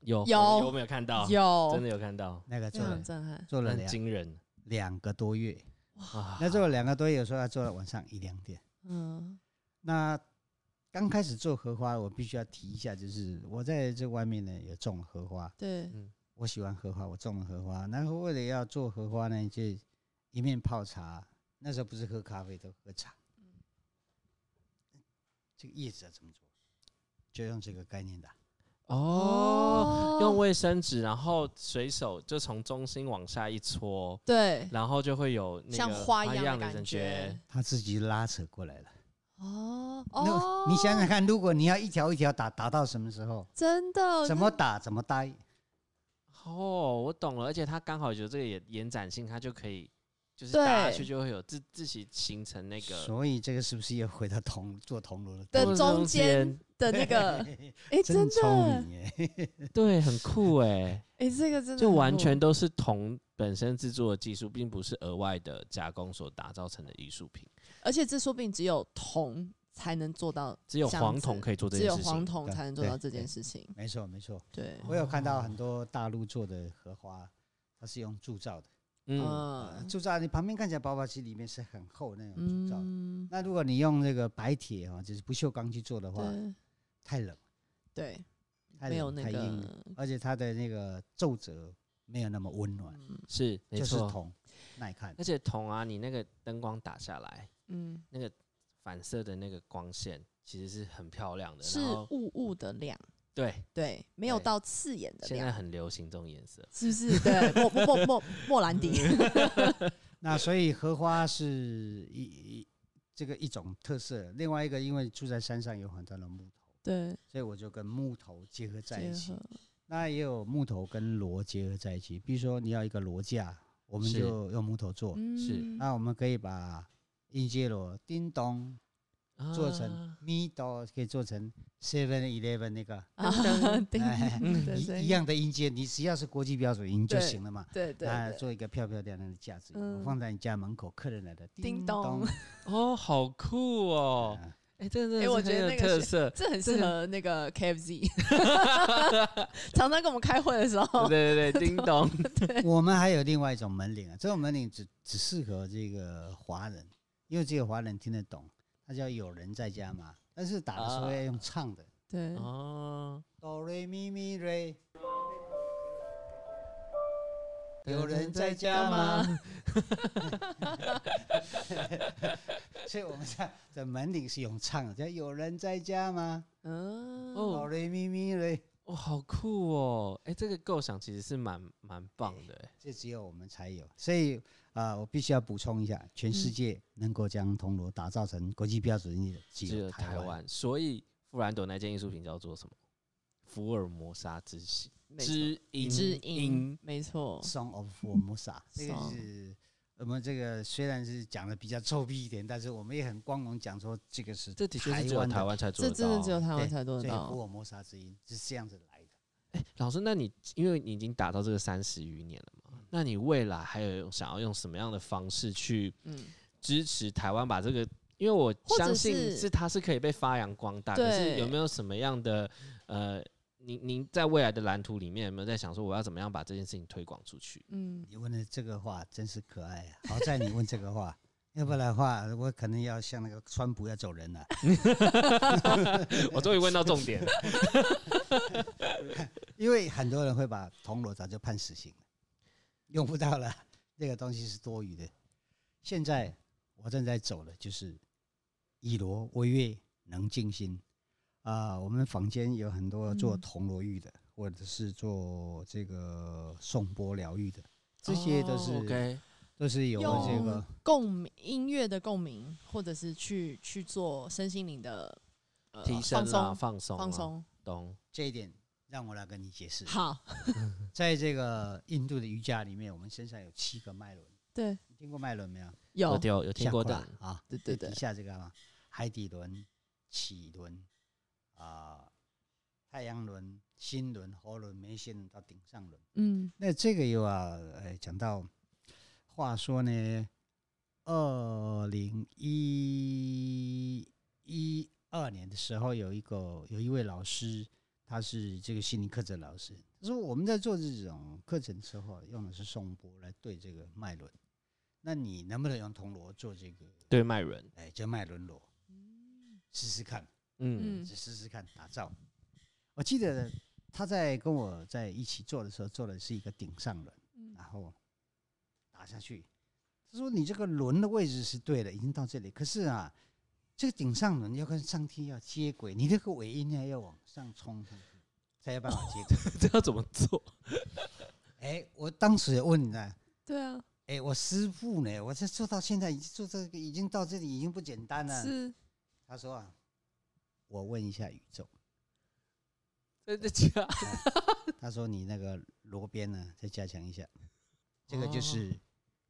Speaker 1: 有
Speaker 2: 有
Speaker 1: 我有没有看到？啊真
Speaker 2: 有，
Speaker 1: 的有看到，
Speaker 3: 那个
Speaker 2: 非
Speaker 3: 做了
Speaker 2: 常震撼，
Speaker 3: 做了
Speaker 1: 很
Speaker 3: 两
Speaker 1: 惊人啊
Speaker 3: 两个多月，
Speaker 1: 哇
Speaker 3: 那做了两个多月，有时候要做到晚上一两点。
Speaker 2: 嗯，
Speaker 3: 那刚开始做荷花，我必须要提一下，就是我在这外面呢也种了荷花，
Speaker 2: 对，
Speaker 1: 嗯
Speaker 3: 我喜欢荷花，我种了荷花。然后为了要做荷花呢，就一面泡茶，那时候不是喝咖啡，都喝茶。这个叶子要怎么做？就用这个概念打。
Speaker 1: 哦。用
Speaker 2: 我，
Speaker 1: 卫生纸，然后随手就从中心往下一搓，
Speaker 2: 对，
Speaker 1: 然后就会有那个
Speaker 2: 像花一
Speaker 1: 一
Speaker 2: 样
Speaker 1: 样
Speaker 2: 的
Speaker 1: 的
Speaker 2: 感觉，
Speaker 3: 他自己拉扯过来了。
Speaker 2: 哦
Speaker 3: 那
Speaker 2: 哦，
Speaker 3: 你想想看，如果你要一条一条打，打到什么时候？
Speaker 2: 真的
Speaker 3: 怎么打？怎么待？
Speaker 1: 哦，我懂了，而且它刚好有这个延延展性，它就可以就是
Speaker 2: 对
Speaker 1: 打下去就会有自自己形成那个
Speaker 3: 所以这个是不是又回到铜做铜锣的
Speaker 2: 的
Speaker 3: 道
Speaker 1: 路
Speaker 3: 理
Speaker 2: 中间 的那 个，哎、真
Speaker 3: 真聪
Speaker 2: 的，
Speaker 3: 明耶！
Speaker 1: 对，很酷哎、
Speaker 2: 哎、这个真的
Speaker 1: 就
Speaker 2: 很
Speaker 1: 完
Speaker 2: 酷
Speaker 1: 全都是铜本身制作的技术，并不是额外的加工所打造成的艺术品，
Speaker 2: 而且这说不定只有铜才能做到，
Speaker 1: 只有
Speaker 2: 这样
Speaker 1: 黄
Speaker 2: 子
Speaker 1: 铜可以做这
Speaker 2: 只
Speaker 1: 件
Speaker 2: 有
Speaker 1: 事
Speaker 2: 黄
Speaker 1: 情。
Speaker 2: 铜
Speaker 3: 对
Speaker 2: 才能做
Speaker 3: 对
Speaker 2: 到这件
Speaker 3: 对
Speaker 2: 事情。
Speaker 3: 没错没错，
Speaker 2: 对，
Speaker 3: 我有看
Speaker 2: 哦
Speaker 3: 到很多大陆做的荷花，它是用铸造的，
Speaker 1: 嗯，
Speaker 3: 呃
Speaker 2: 嗯
Speaker 3: 铸造你旁边看起来薄薄，其实里面是很厚那种铸造的。
Speaker 2: 嗯，
Speaker 3: 那如果你用那个白铁哈，就是不锈钢去做的话，
Speaker 2: 对
Speaker 3: 太冷，
Speaker 2: 对，
Speaker 3: 太
Speaker 2: 没有
Speaker 3: 冷
Speaker 2: 那
Speaker 3: 太
Speaker 2: 个嗯
Speaker 3: 硬，了，而且它的那个皱褶没有那么温暖，
Speaker 2: 嗯
Speaker 1: 是没
Speaker 3: 就是
Speaker 1: 错。
Speaker 3: 铜耐看。
Speaker 1: 而且铜啊，你那个灯光打下来，
Speaker 2: 嗯，
Speaker 1: 那个反射的那个光线其实是很漂亮的。
Speaker 2: 是
Speaker 1: 然后
Speaker 2: 雾雾的亮，
Speaker 1: 对，
Speaker 2: 对，没有
Speaker 1: 对
Speaker 2: 到刺眼的
Speaker 1: 现在
Speaker 2: 亮，
Speaker 1: 很流行这种颜色。
Speaker 2: 是不是？对，莫莫莫莫莫兰迪，
Speaker 1: 嗯
Speaker 3: 那所以荷花是一一这个一种特色，另外一个因为住在山上有很多的木头，
Speaker 2: 对，
Speaker 3: 所以我就跟木头结合在
Speaker 2: 结
Speaker 3: 一起
Speaker 2: 合。，
Speaker 3: 那也有木头跟螺结合在一起，比如说你要一个螺架，我们
Speaker 1: 是
Speaker 3: 就用木头做。
Speaker 1: 是啊
Speaker 2: 嗯
Speaker 3: 那我们可以把应接螺叮咚做成
Speaker 1: 啊
Speaker 3: 咪哆，可以做成 Seven Eleven 那个
Speaker 2: 啊，对
Speaker 3: 哎
Speaker 1: 嗯
Speaker 2: 对对
Speaker 3: 一一样的音阶，你只要是国际标准音就
Speaker 2: 对
Speaker 3: 行了嘛。
Speaker 2: 对对
Speaker 1: 啊
Speaker 3: 那
Speaker 2: 对，
Speaker 3: 做一个漂漂亮亮的架子，
Speaker 2: 嗯
Speaker 3: 放在你家门口，客人来了
Speaker 2: 叮
Speaker 3: 咚
Speaker 2: 咚。
Speaker 1: 哦，好酷 哦！
Speaker 3: 啊
Speaker 1: 哎，这真的
Speaker 2: 哎我
Speaker 1: 是
Speaker 2: 觉
Speaker 1: 很
Speaker 2: 得
Speaker 1: 有
Speaker 2: 那个
Speaker 1: 特
Speaker 2: 是
Speaker 1: 色。
Speaker 2: 这很
Speaker 1: 这
Speaker 2: 适
Speaker 1: 个
Speaker 2: 合那个 KFC，常常跟我们开会的时候，
Speaker 1: 对对 对，叮咚，
Speaker 3: 我们还有另外一种门铃啊，这种门铃只只适合这个华人，因为只有华人听得懂。它叫有人在家嘛，但是打的时
Speaker 2: 啊
Speaker 3: 候要用唱的，
Speaker 2: 对，
Speaker 1: 哦，
Speaker 3: 哆瑞咪咪瑞，有人在家
Speaker 2: 干
Speaker 3: 吗？
Speaker 2: 嘛？
Speaker 3: 所以我们在的门铃是用唱的，叫有人在家吗？
Speaker 2: 嗯，
Speaker 1: 哦
Speaker 3: 哆瑞咪咪瑞，
Speaker 1: 哇，好酷哦！哎，这个构想其实是蛮蛮棒的哎。
Speaker 3: 这只有我们才有，所以啊、呃我必须要补充一下，全世
Speaker 2: 嗯
Speaker 3: 界能够将铜锣打造成国际标准的只
Speaker 1: 只有
Speaker 3: 有
Speaker 1: 台
Speaker 3: 台湾。
Speaker 1: 湾，所以富兰朵那件艺术品叫做什么？福尔摩沙之喜，
Speaker 2: 没错
Speaker 1: 知音
Speaker 2: 知音，没错，
Speaker 3: Song of Formosa，这哦个
Speaker 2: Song
Speaker 3: 是我们这个虽然是讲的比较臭屁一点，但是我们也很光荣讲说这个是
Speaker 1: 这的确是只有
Speaker 3: 湾
Speaker 1: 台
Speaker 3: 的
Speaker 1: 湾才做
Speaker 2: 这
Speaker 1: 得
Speaker 2: 真的只有
Speaker 1: 到。
Speaker 2: 台湾
Speaker 3: 对
Speaker 2: 才做得
Speaker 3: 最福
Speaker 2: 到。
Speaker 3: 尔摩沙之音是这样子来的。
Speaker 1: 老师，那你因为你已经打造这个三十余年了
Speaker 2: 嗯
Speaker 1: 嘛，那你未来还有想要用什么样的方式去
Speaker 2: 嗯，
Speaker 1: 支持台湾把这个？因为我
Speaker 2: 或者
Speaker 1: 相信
Speaker 2: 是
Speaker 1: 是它是可以被发扬光大，可是
Speaker 2: 对
Speaker 1: 有没有什么样的呃，您您在未来的蓝图里面有没有在想说我要怎么样把这件事情推广出 去？
Speaker 2: 嗯，
Speaker 3: 你问的这个话真是可爱啊！好在你问这个话， 要不然的话，我可能要像那个川普要走人了。
Speaker 1: 我终于问到重点了。
Speaker 3: 因为很多人会把铜锣早就判死刑了，用不到了，这个东西是多余的。现在我正在走的就是以罗为乐能静心啊、我们坊间有很多做
Speaker 2: 嗯
Speaker 3: 铜锣浴的，或者是做这个颂钵疗愈的，这些都是、
Speaker 1: 哦 OK，
Speaker 3: 都是有这个
Speaker 2: 用共鸣音乐的共鸣，或者是去去做身心灵的呃
Speaker 1: 提升啦，
Speaker 2: 放松
Speaker 1: 放松，啊
Speaker 2: 放，松。
Speaker 1: 懂？
Speaker 3: 这一点，让我来跟你解释。
Speaker 2: 好，
Speaker 3: 在这个印度的瑜伽里面，我们身上有七个脉轮，
Speaker 2: 对，
Speaker 3: 你听过脉轮没有？
Speaker 1: 有
Speaker 2: 有，
Speaker 1: 有有听过
Speaker 3: 下
Speaker 1: 的
Speaker 3: 胯，啊，
Speaker 2: 对对对
Speaker 3: 底下这个嘛，海底轮、脐轮啊、太阳轮、心轮、喉轮、眉心轮到顶上轮。
Speaker 2: 嗯
Speaker 3: 那这个又啊，呃，讲到，话说呢，二零一一二年的时候，有一个有一位老师，他是这个心理课程老师，他说我们在做这种课程的时候，用的是颂钵来对这个脉轮，那你能不能用铜锣做这个？
Speaker 1: 对麦人，
Speaker 3: 哎，就脉轮锣，试试看，
Speaker 1: 嗯，
Speaker 2: 嗯
Speaker 3: 只试试看打造。我记得他在跟我在一起做的时候，做的是一个顶上轮。
Speaker 2: 嗯
Speaker 3: 然后打下去。他说：“你这个轮的位置是对的，已经到这里。可是啊，这个顶上轮要跟上天要接轨，你那个尾音呢要往上冲上去，才有办法接 轨。
Speaker 1: 这要怎么做？
Speaker 3: 哎、我当时也问呢，
Speaker 2: 对啊，
Speaker 3: 哎、我师傅呢？我这做到现在，已经做这个已经到这里，已经不简单了。
Speaker 2: 是
Speaker 3: 他说啊，我问一下宇宙。
Speaker 1: 这这家
Speaker 3: 他说你那个螺边呢，再加强一下。这个
Speaker 1: 哦
Speaker 3: 就是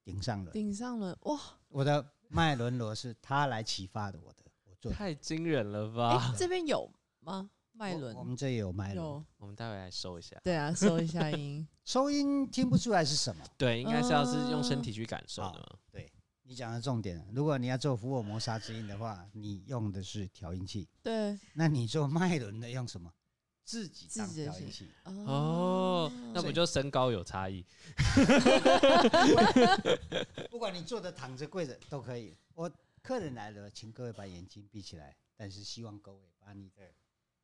Speaker 3: 顶上轮。
Speaker 2: 顶上了哇！
Speaker 3: 我的脉轮螺是他来启发的我的，我做的。
Speaker 1: 太惊人了吧！
Speaker 2: 哎，这边有吗？脉
Speaker 3: 我
Speaker 2: 轮
Speaker 3: 我们这也有脉轮，
Speaker 2: 有，
Speaker 1: 我们待会来收一下。
Speaker 2: 对啊，收一下 音。
Speaker 3: 收音听不出来是什么。
Speaker 1: 对，应该是要是用
Speaker 3: 哦
Speaker 1: 身体去感受
Speaker 3: 好
Speaker 1: 的嘛。
Speaker 3: 你讲的重点，如果你要做福尔摩沙之音的话，你用的是调音器，
Speaker 2: 对，
Speaker 3: 那你做脉轮的用什么？自己当
Speaker 2: 自己的
Speaker 3: 调音器。
Speaker 2: 啊
Speaker 1: 哦，那不就身高有差异？
Speaker 3: 不管你坐着、躺着、跪着都可以。我客人来了，请各位把眼睛闭起来，但是希望各位把你的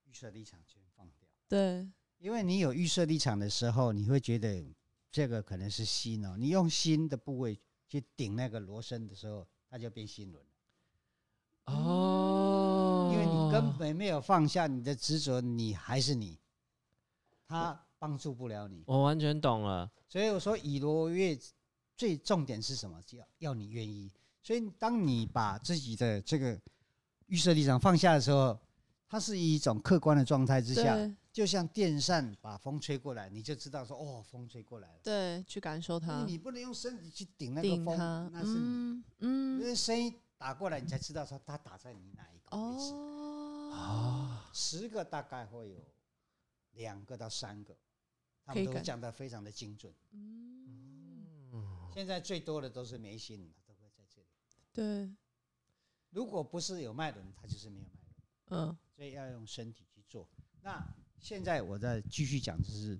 Speaker 3: 预设立场全放掉，
Speaker 2: 对，
Speaker 3: 因为你有预设立场的时候，你会觉得这个可能是心哦，你用心的部位去顶那个螺身的时候，它就变心轮了。
Speaker 1: 哦，
Speaker 3: 嗯因为你根本没有放下你的执着，你还是你，他帮助不了你。
Speaker 1: 我完全懂了。
Speaker 3: 所以我说，以罗越最重点是什么？要要你愿意。所以当你把自己的这个预设立场放下的时候，它是一种客观的状态之下，
Speaker 2: 对
Speaker 3: 就像电扇把风吹过来，你就知道说，哦，风吹过来了。
Speaker 2: 对，去感受
Speaker 3: 但
Speaker 2: 它
Speaker 3: 是，你不能用身体去顶那个
Speaker 2: 啊顶
Speaker 3: 风
Speaker 2: 它，，
Speaker 3: 那是你，
Speaker 2: 嗯
Speaker 3: 因
Speaker 2: 嗯，
Speaker 3: 为声音打过来，你才知道说它打在你哪一个位置。
Speaker 2: 哦，
Speaker 3: 十个大概会有两个到三个，他
Speaker 2: 可
Speaker 3: 们
Speaker 2: 以
Speaker 3: 都
Speaker 2: 感
Speaker 3: 讲得非常的精准。
Speaker 2: 嗯，
Speaker 3: 现在最多的都是眉心，它都会在这里。
Speaker 2: 对，
Speaker 3: 如果不是有脉轮，它就是没有脉轮，
Speaker 2: 嗯
Speaker 3: 所以要用身体去做。那现在我再继续讲，就是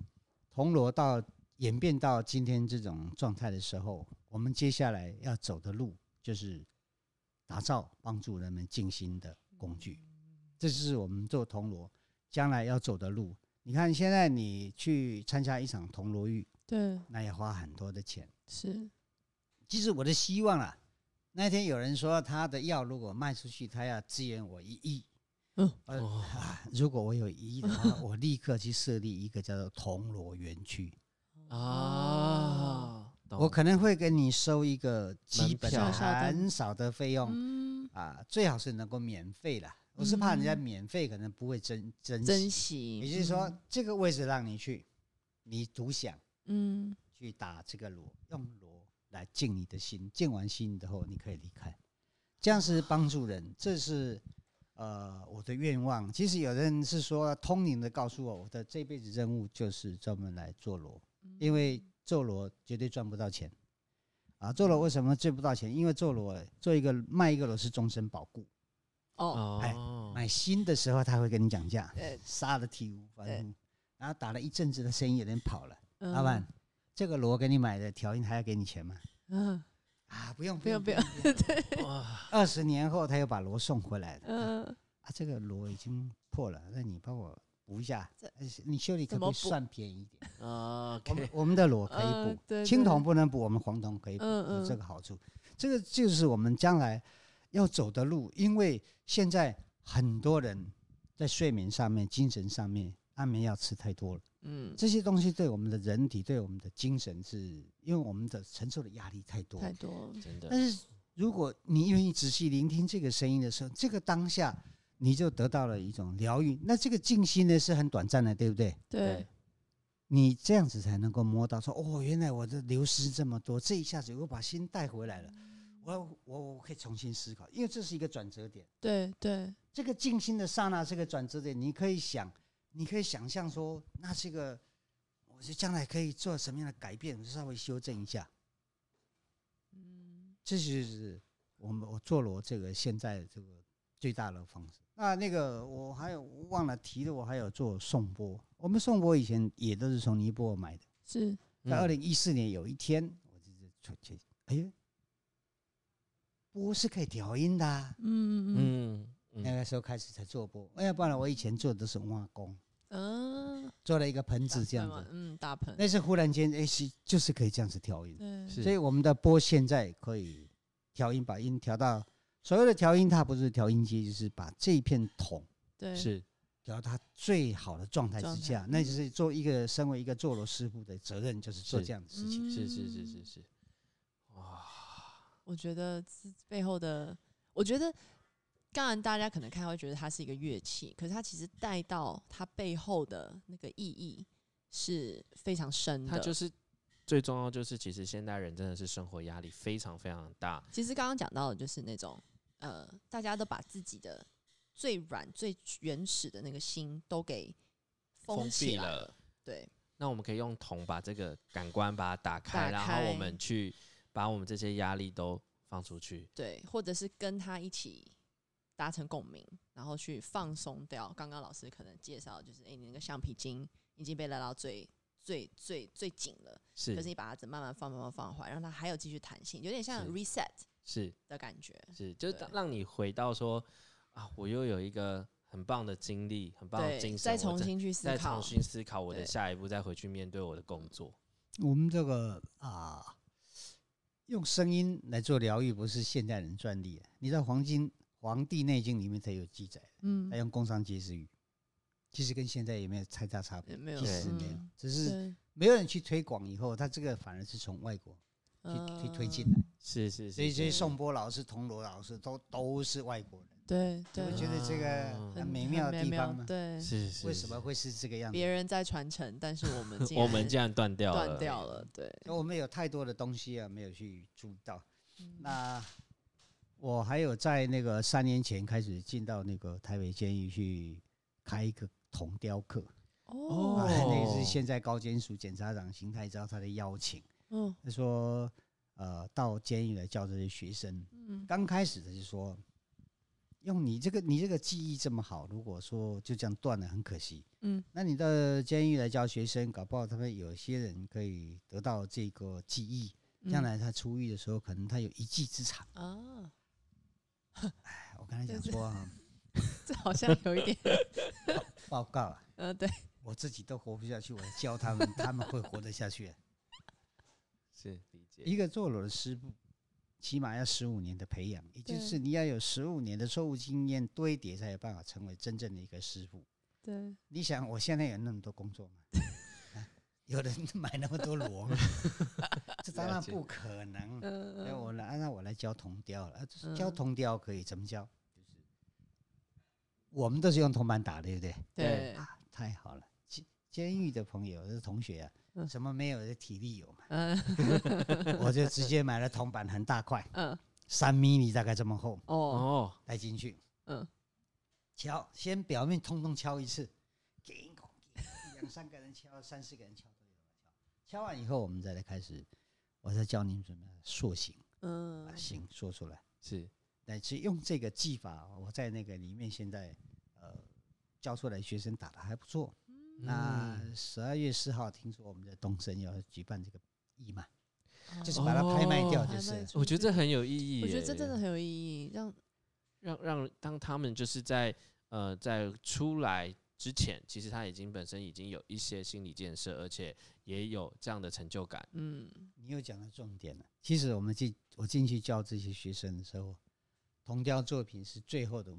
Speaker 3: 铜锣到演变到今天这种状态的时候，我们接下来要走的路就是打造帮助人们静心的工具。这是我们做铜锣将来要走的路。你看，现在你去参加一场铜锣浴，
Speaker 2: 对，
Speaker 3: 那要花很多的钱。
Speaker 2: 是，
Speaker 3: 其实我的希望啦，那天有人说他的药如果卖出去，他要支援我一亿。
Speaker 2: 嗯
Speaker 3: 呃啊， 如果我有一亿的话，我立刻去设立一个叫做铜锣园区。
Speaker 1: 啊，哦懂
Speaker 3: 哦我可能会给你收一个基本
Speaker 1: 门票
Speaker 3: 很少的费用
Speaker 2: 嗯，
Speaker 3: 啊，最好是能够免费啦。我是怕人家
Speaker 2: 嗯
Speaker 3: 免费可能不会珍珍惜
Speaker 2: 珍惜，
Speaker 3: 也就是说
Speaker 2: 嗯，
Speaker 3: 这个位置让你去，你独想
Speaker 2: 嗯
Speaker 3: 去打这个锣，用锣来静你的心，静完心之后你可以离开，这样是帮助人，这是呃我的愿望。其实有的人是说通灵的告诉我，我的这辈子任务就是专门来做锣，因为做锣绝对赚不到钱。啊，做锣为什么赚不到钱？因为做锣做一个卖一个锣是终身保固，
Speaker 2: 哦，
Speaker 3: 哎
Speaker 1: 哦，
Speaker 3: 买新的时候他会跟你讲价，
Speaker 2: 呃
Speaker 3: 杀的体无完
Speaker 2: 对
Speaker 3: 肤。然后打了一阵子的生意，有人跑了，
Speaker 2: 嗯
Speaker 3: 老板，这个锣给你买的调音还要给你钱吗？
Speaker 2: 嗯
Speaker 3: 啊，不用
Speaker 2: 不用不
Speaker 3: 不
Speaker 2: 用
Speaker 3: 用，，
Speaker 2: 对，
Speaker 1: 哇，
Speaker 3: 二十年后他又把锣送回来了。
Speaker 2: 嗯、
Speaker 3: 啊，这个锣已经破了，那你帮我补一下
Speaker 2: 这。
Speaker 3: 呃你修理可
Speaker 2: 怎
Speaker 3: 不
Speaker 2: 么
Speaker 3: 可以
Speaker 2: 补
Speaker 3: 算便宜一点？
Speaker 1: 啊
Speaker 3: 我们
Speaker 1: ，OK，
Speaker 3: 我们的锣可
Speaker 2: 呃
Speaker 3: 以
Speaker 2: 对
Speaker 3: 补，青铜
Speaker 2: 对
Speaker 3: 不能补，我们黄铜可以补，
Speaker 2: 嗯
Speaker 3: 有这
Speaker 2: 嗯
Speaker 3: 个好处。这个就是我们将来要走的路，因为现在很多人在睡眠上面、精神上面，安眠药吃太多了。
Speaker 2: 嗯，
Speaker 3: 这些东西对我们的人体、对我们的精神是，因为我们的承受的压力嗯太 多。
Speaker 2: 嗯太多了，
Speaker 1: 真的，
Speaker 3: 但是如果你愿意仔细聆听这个声音的时候，这个当下你就得到了一种疗愈。那这个静心呢是很短暂的，对不对？
Speaker 2: 对，
Speaker 3: 你这样子才能够摸到说，哦，原来我的流失这么多，这一下子我把心带回来了，我我我可以重新思考，因为这是一个转折点。
Speaker 2: 对对，
Speaker 3: 这个静心的刹那，这个转折点，你可以想，你可以想象说，那这个我就将来可以做什么样的改变，我就稍微修正一下。
Speaker 2: 嗯
Speaker 3: 这就是我们我做罗这个现在这个最大的方式。那那个我还有忘了提的，我还有做颂钵。我们颂钵以前也都是从尼泊尔买的。
Speaker 2: 是，
Speaker 3: 在二
Speaker 1: 嗯
Speaker 3: 零一四年有一天，我就是出去，哎呦，钵是可以调音的、啊。
Speaker 2: 嗯嗯
Speaker 1: 嗯
Speaker 3: 那
Speaker 1: 嗯，
Speaker 3: 个时候开始才做钵，要不然我以前做的都是挖工，
Speaker 2: 嗯，啊
Speaker 3: 做了一个盆
Speaker 2: 大
Speaker 3: 子这样
Speaker 2: 盆嘛
Speaker 3: 子。
Speaker 2: 嗯，大盆，
Speaker 3: 那是忽然间，哎，是就是可以这样子调音。
Speaker 2: 对，
Speaker 1: 是
Speaker 3: 所以我们的波现在可以调音，把音调到所谓的调音，它不是调音机，就是把这一片桶
Speaker 2: 对，
Speaker 1: 是
Speaker 3: 调到它最好的状态之
Speaker 2: 状态
Speaker 3: 下，那就是做一个身为一个坐罗师傅的责任，就是做
Speaker 1: 是
Speaker 3: 这样的事情。
Speaker 1: 是是是是
Speaker 2: 嗯
Speaker 1: 是，哇，
Speaker 2: 我觉得是背后的，我觉得当然大家可能看会觉得它是一个乐器，可是它其实带到它背后的那个意义是非常深的。
Speaker 1: 它就是最重要就是，其实现代人真的是生活压力非常非常大，
Speaker 2: 其实刚刚讲到的就是那种呃，大家都把自己的最软、最原始的那个心都给封
Speaker 1: 封
Speaker 2: 起
Speaker 1: 闭
Speaker 2: 来
Speaker 1: 了。
Speaker 2: 对，
Speaker 1: 那我们可以用铜把这个感官把它打
Speaker 2: 打
Speaker 1: 开，然后我
Speaker 2: 开
Speaker 1: 们去把我们这些压力都放出去。
Speaker 2: 对，或者是跟他一起达成共鸣，然后去放松掉。刚刚老师可能介绍，就是诶，哎你那个橡皮筋已经被拉到最最最最紧了，
Speaker 1: 是
Speaker 2: 可是你把它只慢慢放慢慢放缓，让它还有继续弹性，有点像
Speaker 1: 是
Speaker 2: reset
Speaker 1: 是
Speaker 2: 的感觉。
Speaker 1: 是，就是
Speaker 2: 对
Speaker 1: 让你回到说啊，我又有一个很棒的经历，很棒的
Speaker 2: 对，
Speaker 1: 精神，
Speaker 2: 再
Speaker 1: 我
Speaker 2: 重新去思
Speaker 1: 再
Speaker 2: 考
Speaker 1: 重，新思考我的
Speaker 2: 对
Speaker 1: 下一步，再回去面对我的工作。
Speaker 3: 我们这个啊，用声音来做疗愈，不是现代人专利、啊。你知道《黄金黄帝内经》里面才有记载，
Speaker 2: 嗯
Speaker 1: 哎
Speaker 3: 他，用工商及时雨，其实跟现在也没有太大差别
Speaker 2: 也，没有
Speaker 3: 其实没有
Speaker 2: 嗯，
Speaker 3: 只是
Speaker 2: 对，
Speaker 3: 没有人去推广以后，他这个反而是从外国去
Speaker 2: 嗯
Speaker 3: 去推进来，
Speaker 1: 是是
Speaker 3: 所以
Speaker 1: 是，
Speaker 3: 这些
Speaker 2: 对
Speaker 3: 颂钵老师、铜锣老师都都是外国人，
Speaker 2: 对
Speaker 3: 你
Speaker 2: 对嗯
Speaker 3: 不，觉得这个
Speaker 1: 啊
Speaker 3: 很
Speaker 2: 很
Speaker 3: 美
Speaker 2: 很
Speaker 3: 妙的地方吗？
Speaker 2: 对，
Speaker 1: 是是，
Speaker 3: 为什
Speaker 1: 是
Speaker 3: 么会是这个样子
Speaker 2: 别？人在传承，但是我们竟
Speaker 1: 我们
Speaker 2: 然
Speaker 1: 竟然断掉了？
Speaker 2: 断掉了，对，
Speaker 3: 我们有太多的东西啊，没有去注意到。
Speaker 2: 嗯
Speaker 3: 那我还有在那个三年前开始进到那个台北监狱去开一个铜雕刻，啊
Speaker 2: 哦，
Speaker 3: 那个
Speaker 1: 哦
Speaker 3: 是现在高检署检察长邢泰钊他的邀请，
Speaker 2: 嗯
Speaker 3: 他说呃到监狱来教这些学生，
Speaker 2: 嗯
Speaker 3: 刚开始的就说，用你这个你这个记忆这么好，如果说就这样断了，很可惜。
Speaker 2: 嗯，
Speaker 3: 那你到监狱来教学生，搞不好他们有些人可以得到这个记忆，
Speaker 2: 嗯
Speaker 3: 将来他出狱的时候，可能他有一技之长。
Speaker 2: 啊，
Speaker 3: 哎我刚才讲
Speaker 2: 对
Speaker 3: 说啊，
Speaker 2: 这好像有一点，
Speaker 3: 报告啊，
Speaker 2: 呃，对，
Speaker 3: 我自己都活不下去，我还教他 们，他们会活得下去啊、
Speaker 1: 是理解。
Speaker 3: 一个坐轮的师傅，起码要十五年的培养，也就
Speaker 2: 对
Speaker 3: 是你要有十五年的错误经验堆叠，才有办法成为真正的一个师傅。
Speaker 2: 对，
Speaker 3: 你想，我现在有那么多工作吗？啊有人 买那么多螺吗？ 这当
Speaker 1: 了
Speaker 3: 然
Speaker 1: 解
Speaker 3: 不可能。
Speaker 2: 嗯
Speaker 3: 那我来，啊那我来教铜雕了。啊
Speaker 2: 嗯
Speaker 3: 教铜雕可以怎么教？就是我们都是用铜板打的，对不对？
Speaker 2: 对
Speaker 3: 啊，太好了！其监狱的朋友，是同学啊，
Speaker 2: 嗯
Speaker 3: 什么没有的体力有嘛，
Speaker 2: 嗯
Speaker 3: 我就直接买了铜板，很大块，
Speaker 2: 嗯
Speaker 3: 三米米大概这么厚，
Speaker 2: 哦
Speaker 1: 哦，
Speaker 3: 带进去，
Speaker 2: 嗯
Speaker 3: 敲，先表面通通敲一次，叮咣叮咣两三个人敲，三四个人敲都有人敲。敲完以后，我们再来开始，我再教你们怎么样塑形，把
Speaker 2: 嗯
Speaker 3: 形塑出来。
Speaker 1: 是
Speaker 3: 乃至用这个技法，我在那个里面现在呃教出来学生打的还不错。那
Speaker 1: 嗯
Speaker 3: 十二月四号，听说我们在东森要举办这个义卖，
Speaker 2: 哦
Speaker 3: 就是把它拍卖掉，
Speaker 1: 哦
Speaker 3: 就
Speaker 2: 拍卖
Speaker 3: 是
Speaker 2: 出
Speaker 1: 我觉得这很有意义耶。
Speaker 2: 我觉得这真的很有意义，让
Speaker 1: 让让当他们就是在呃在出来之前，其实他已经本身已经有一些心理建设，而且也有这样的成就感。
Speaker 2: 嗯
Speaker 3: 你又讲到重点了。其实我们进我进去教这些学生的时候，铜雕作品是最后的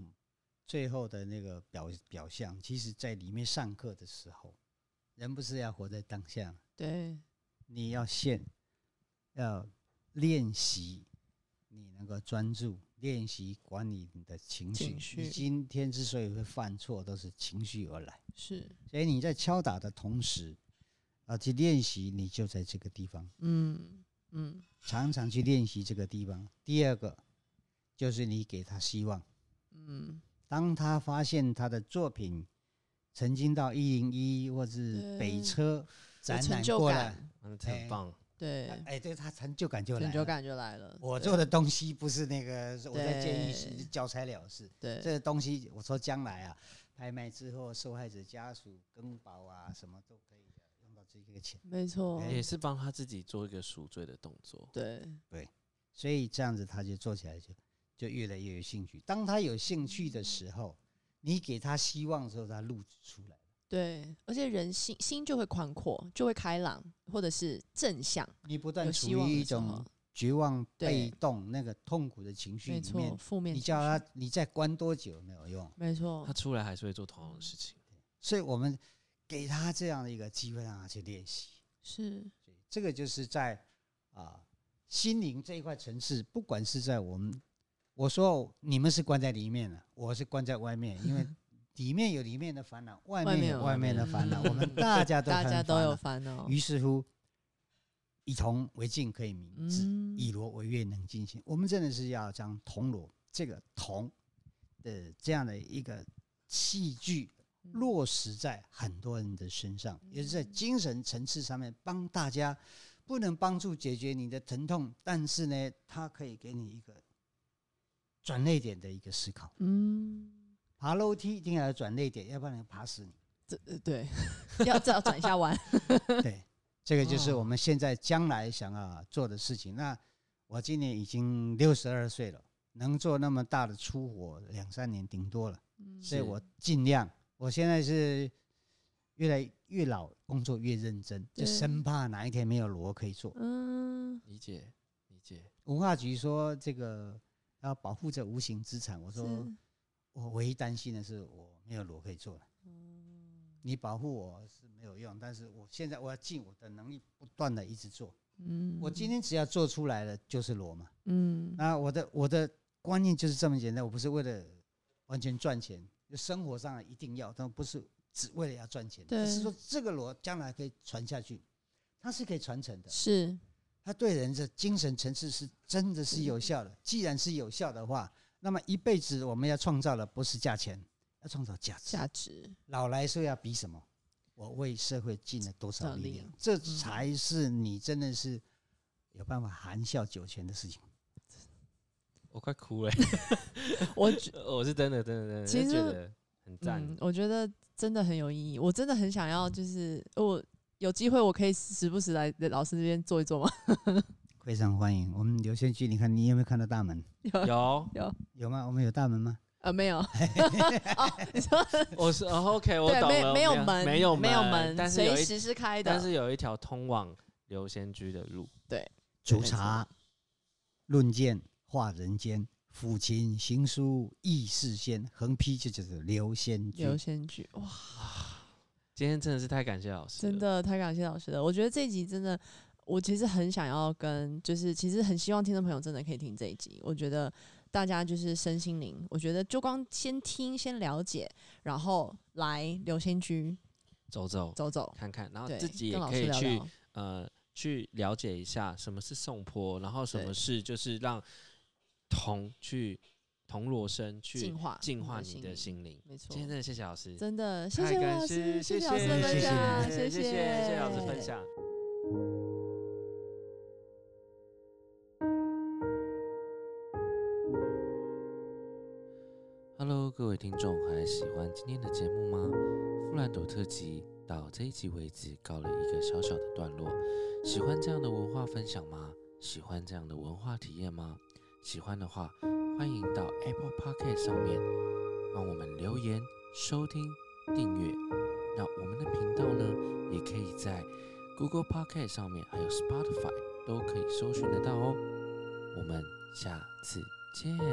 Speaker 3: 最后的那个表表象。其实，在里面上课的时候，人不是要活在当下吗？
Speaker 2: 对
Speaker 3: 你要现要练习，你能够专注练习管理你的情绪。
Speaker 2: 情绪
Speaker 3: 你今天之所以会犯错，都是情绪而来。
Speaker 2: 是
Speaker 3: 所以你在敲打的同时，啊，去练习，你就在这个地方。
Speaker 2: 嗯嗯
Speaker 3: 常常去练习这个地方。第二个就是你给他希望，
Speaker 2: 嗯
Speaker 3: 当他发现他的作品曾经到一零一或是北
Speaker 2: 对
Speaker 3: 车
Speaker 2: 嗯有
Speaker 3: 展
Speaker 2: 成
Speaker 3: 览
Speaker 2: 就
Speaker 3: 过了，
Speaker 2: 感，
Speaker 1: 嗯，
Speaker 3: 哎
Speaker 1: 很棒，
Speaker 2: 对
Speaker 3: 哎，对他成就感就来
Speaker 2: 成就
Speaker 3: 了。
Speaker 2: 感就来了。
Speaker 3: 我
Speaker 2: 对
Speaker 3: 做的东西不是那个，是我在监狱
Speaker 2: 对
Speaker 3: 是交差了事。
Speaker 2: 对
Speaker 3: 这个东西，我说将来啊，拍卖之后，受害者家属更保啊，什么都可以啊用到这个钱。
Speaker 2: 没错，
Speaker 3: 哎
Speaker 1: 也是帮他自己做一个赎罪的动作。
Speaker 2: 对，
Speaker 3: 所以这样子他就做起来就就越来越有兴趣。当他有兴趣的时候，你给他希望的时候，他露出来。
Speaker 2: 对，而且人心心就会宽阔，就会开朗，或者是正向，
Speaker 3: 你不
Speaker 2: 有
Speaker 3: 断处
Speaker 2: 希望
Speaker 3: 于一
Speaker 2: 的时
Speaker 3: 种
Speaker 2: 候。
Speaker 3: 绝望、
Speaker 2: 对
Speaker 3: 被动、那个痛苦的情绪
Speaker 2: 没
Speaker 3: 里
Speaker 2: 错，
Speaker 3: 面，
Speaker 2: 负面
Speaker 3: 你
Speaker 2: 情
Speaker 3: 叫
Speaker 2: 绪，
Speaker 3: 他你再关多久没有用。
Speaker 2: 没错
Speaker 1: 他，出来还是会做同样的事情。
Speaker 3: 所以我们给他这样的一个机会，让他去练习。
Speaker 2: 是
Speaker 3: 这个就是在啊、心灵这一块层次，不管是在我们，我说你们是关在里面的，我是关在外面，因 为里面有里面的烦恼，外
Speaker 2: 外
Speaker 3: 面
Speaker 2: 面
Speaker 3: 有
Speaker 2: 有
Speaker 3: 外
Speaker 1: 外
Speaker 3: 面
Speaker 1: 面
Speaker 3: 的
Speaker 1: 的
Speaker 3: 烦恼，
Speaker 2: 嗯
Speaker 3: 我们大家都
Speaker 2: 大
Speaker 3: 很
Speaker 2: 家都有烦
Speaker 3: 烦
Speaker 2: 恼
Speaker 3: 恼，，于是乎以铜为镜，可以明志；
Speaker 2: 嗯，
Speaker 3: 以罗为月，能尽心。我们真的是要将铜锣这个铜的这样的一个器具
Speaker 2: 嗯
Speaker 3: 落实在很多人的身上，也是在精神层次上面帮大家，不能帮助解决你的疼痛，但是呢，它可以给你一个转泪点的一个思考。
Speaker 2: 嗯，
Speaker 3: 爬楼梯一定要有转泪点，要不然会爬死你。
Speaker 2: 这呃对，要至少转一下弯，
Speaker 3: 对，这个就是
Speaker 1: 哦
Speaker 3: 我们现在将来想要做的事情。那我今年已经六十二岁了，能做那么大的出活，两三年顶多了。
Speaker 2: 嗯
Speaker 3: 所以
Speaker 1: 是
Speaker 3: 我尽量，我现在是越来越老，工作越认真，就
Speaker 2: 对
Speaker 3: 生怕哪一天没有锣可以做。
Speaker 2: 嗯，
Speaker 1: 理解，理解。
Speaker 3: 文化局说这个要保护着无形资产，我
Speaker 2: 是
Speaker 3: 说我唯一担心的是我没有锣可以做了。你保护我是没有用，但是我现在我要尽我的能力，不断的一直做。
Speaker 2: 嗯，
Speaker 3: 我今天只要做出来了，就是锣嘛。
Speaker 2: 嗯
Speaker 3: 那我的我的观念就是这么简单，我不是为了完全赚钱，就生活上一定要，但不是只为了要赚钱，
Speaker 2: 对
Speaker 3: 只是说这个罗将来可以传下去，它是可以传承的，
Speaker 2: 是
Speaker 3: 它对人的精神层次是真的是有效 的。既然是有效的话，那么一辈子我们要创造的不是价钱，要创造价值。
Speaker 2: 价 值，
Speaker 3: 老来说要比什么？我为社会尽了多少
Speaker 2: 尽
Speaker 3: 力
Speaker 2: 力
Speaker 3: 量？这才是你真的是有办法含笑九泉的事情。
Speaker 1: 我快哭了，
Speaker 2: 我觉
Speaker 1: 我是真的，真的，真的，
Speaker 2: 其
Speaker 1: 就觉
Speaker 2: 实
Speaker 1: 得很赞。
Speaker 2: 嗯，我觉得真的很有意义，我真的很想要，就是我有机会我可以时不时来老师这边坐一坐吗？
Speaker 3: 非常欢迎。我们留线区，你看你有没有看到大门？
Speaker 2: 有
Speaker 1: 有，
Speaker 3: 有吗？我们有大门吗？
Speaker 2: 呃，没 有。哦，你说
Speaker 1: 我是哦 OK，我
Speaker 2: 对，
Speaker 1: 懂
Speaker 2: 没
Speaker 1: 了。
Speaker 2: 没有门，
Speaker 1: 没有
Speaker 2: 没有
Speaker 1: 但
Speaker 2: 门，
Speaker 1: 是有
Speaker 2: 随
Speaker 1: 一
Speaker 2: 时是开的。
Speaker 1: 但是有一条通往流仙居的路。
Speaker 3: 煮茶、论剑、化人间、抚琴、行书、议世间，横批就叫做流仙居。
Speaker 2: 优先剧，哇，
Speaker 1: 今天真的是太感谢老师了，
Speaker 2: 真的太感谢老师了。我觉得这一集真的，我其实很想要跟，就是其实很希望听众朋友真的可以听这一集。我觉得大家就是身心灵，我觉得就光先听先了解，然后来流仙居，
Speaker 4: 走走
Speaker 2: 走走，
Speaker 4: 看看，然后
Speaker 2: 对，
Speaker 4: 自己也
Speaker 2: 跟老
Speaker 4: 可
Speaker 2: 师
Speaker 4: 以
Speaker 2: 聊
Speaker 4: 去
Speaker 2: 聊
Speaker 4: 呃去了解一下什么是颂钵，然后什
Speaker 2: 对
Speaker 4: 么是就是让铜去铜锣声去
Speaker 2: 净化
Speaker 4: 净化
Speaker 2: 心
Speaker 4: 你的
Speaker 2: 灵，
Speaker 4: 心灵。
Speaker 2: 没错
Speaker 4: 今，天真的谢谢老师，
Speaker 2: 真的谢
Speaker 4: 太
Speaker 2: 谢
Speaker 4: 感
Speaker 2: 老师，
Speaker 4: 谢
Speaker 2: 老师
Speaker 1: 谢
Speaker 2: 的分
Speaker 1: 谢
Speaker 2: 享，谢
Speaker 4: 谢谢谢老师分享。Hello，各位听众，还喜欢今天的节目吗？富兰朵特辑到这一集为止，告了一个小小的段落。喜欢这样的文化分享吗？喜欢这样的文化体验吗？喜欢的话，欢迎到 Apple Podcast 上面帮我们留言、收听、订阅。那我们的频道呢，也可以在 Google Podcast 上面，还有 Spotify 都可以搜寻得到哦。我们下次见。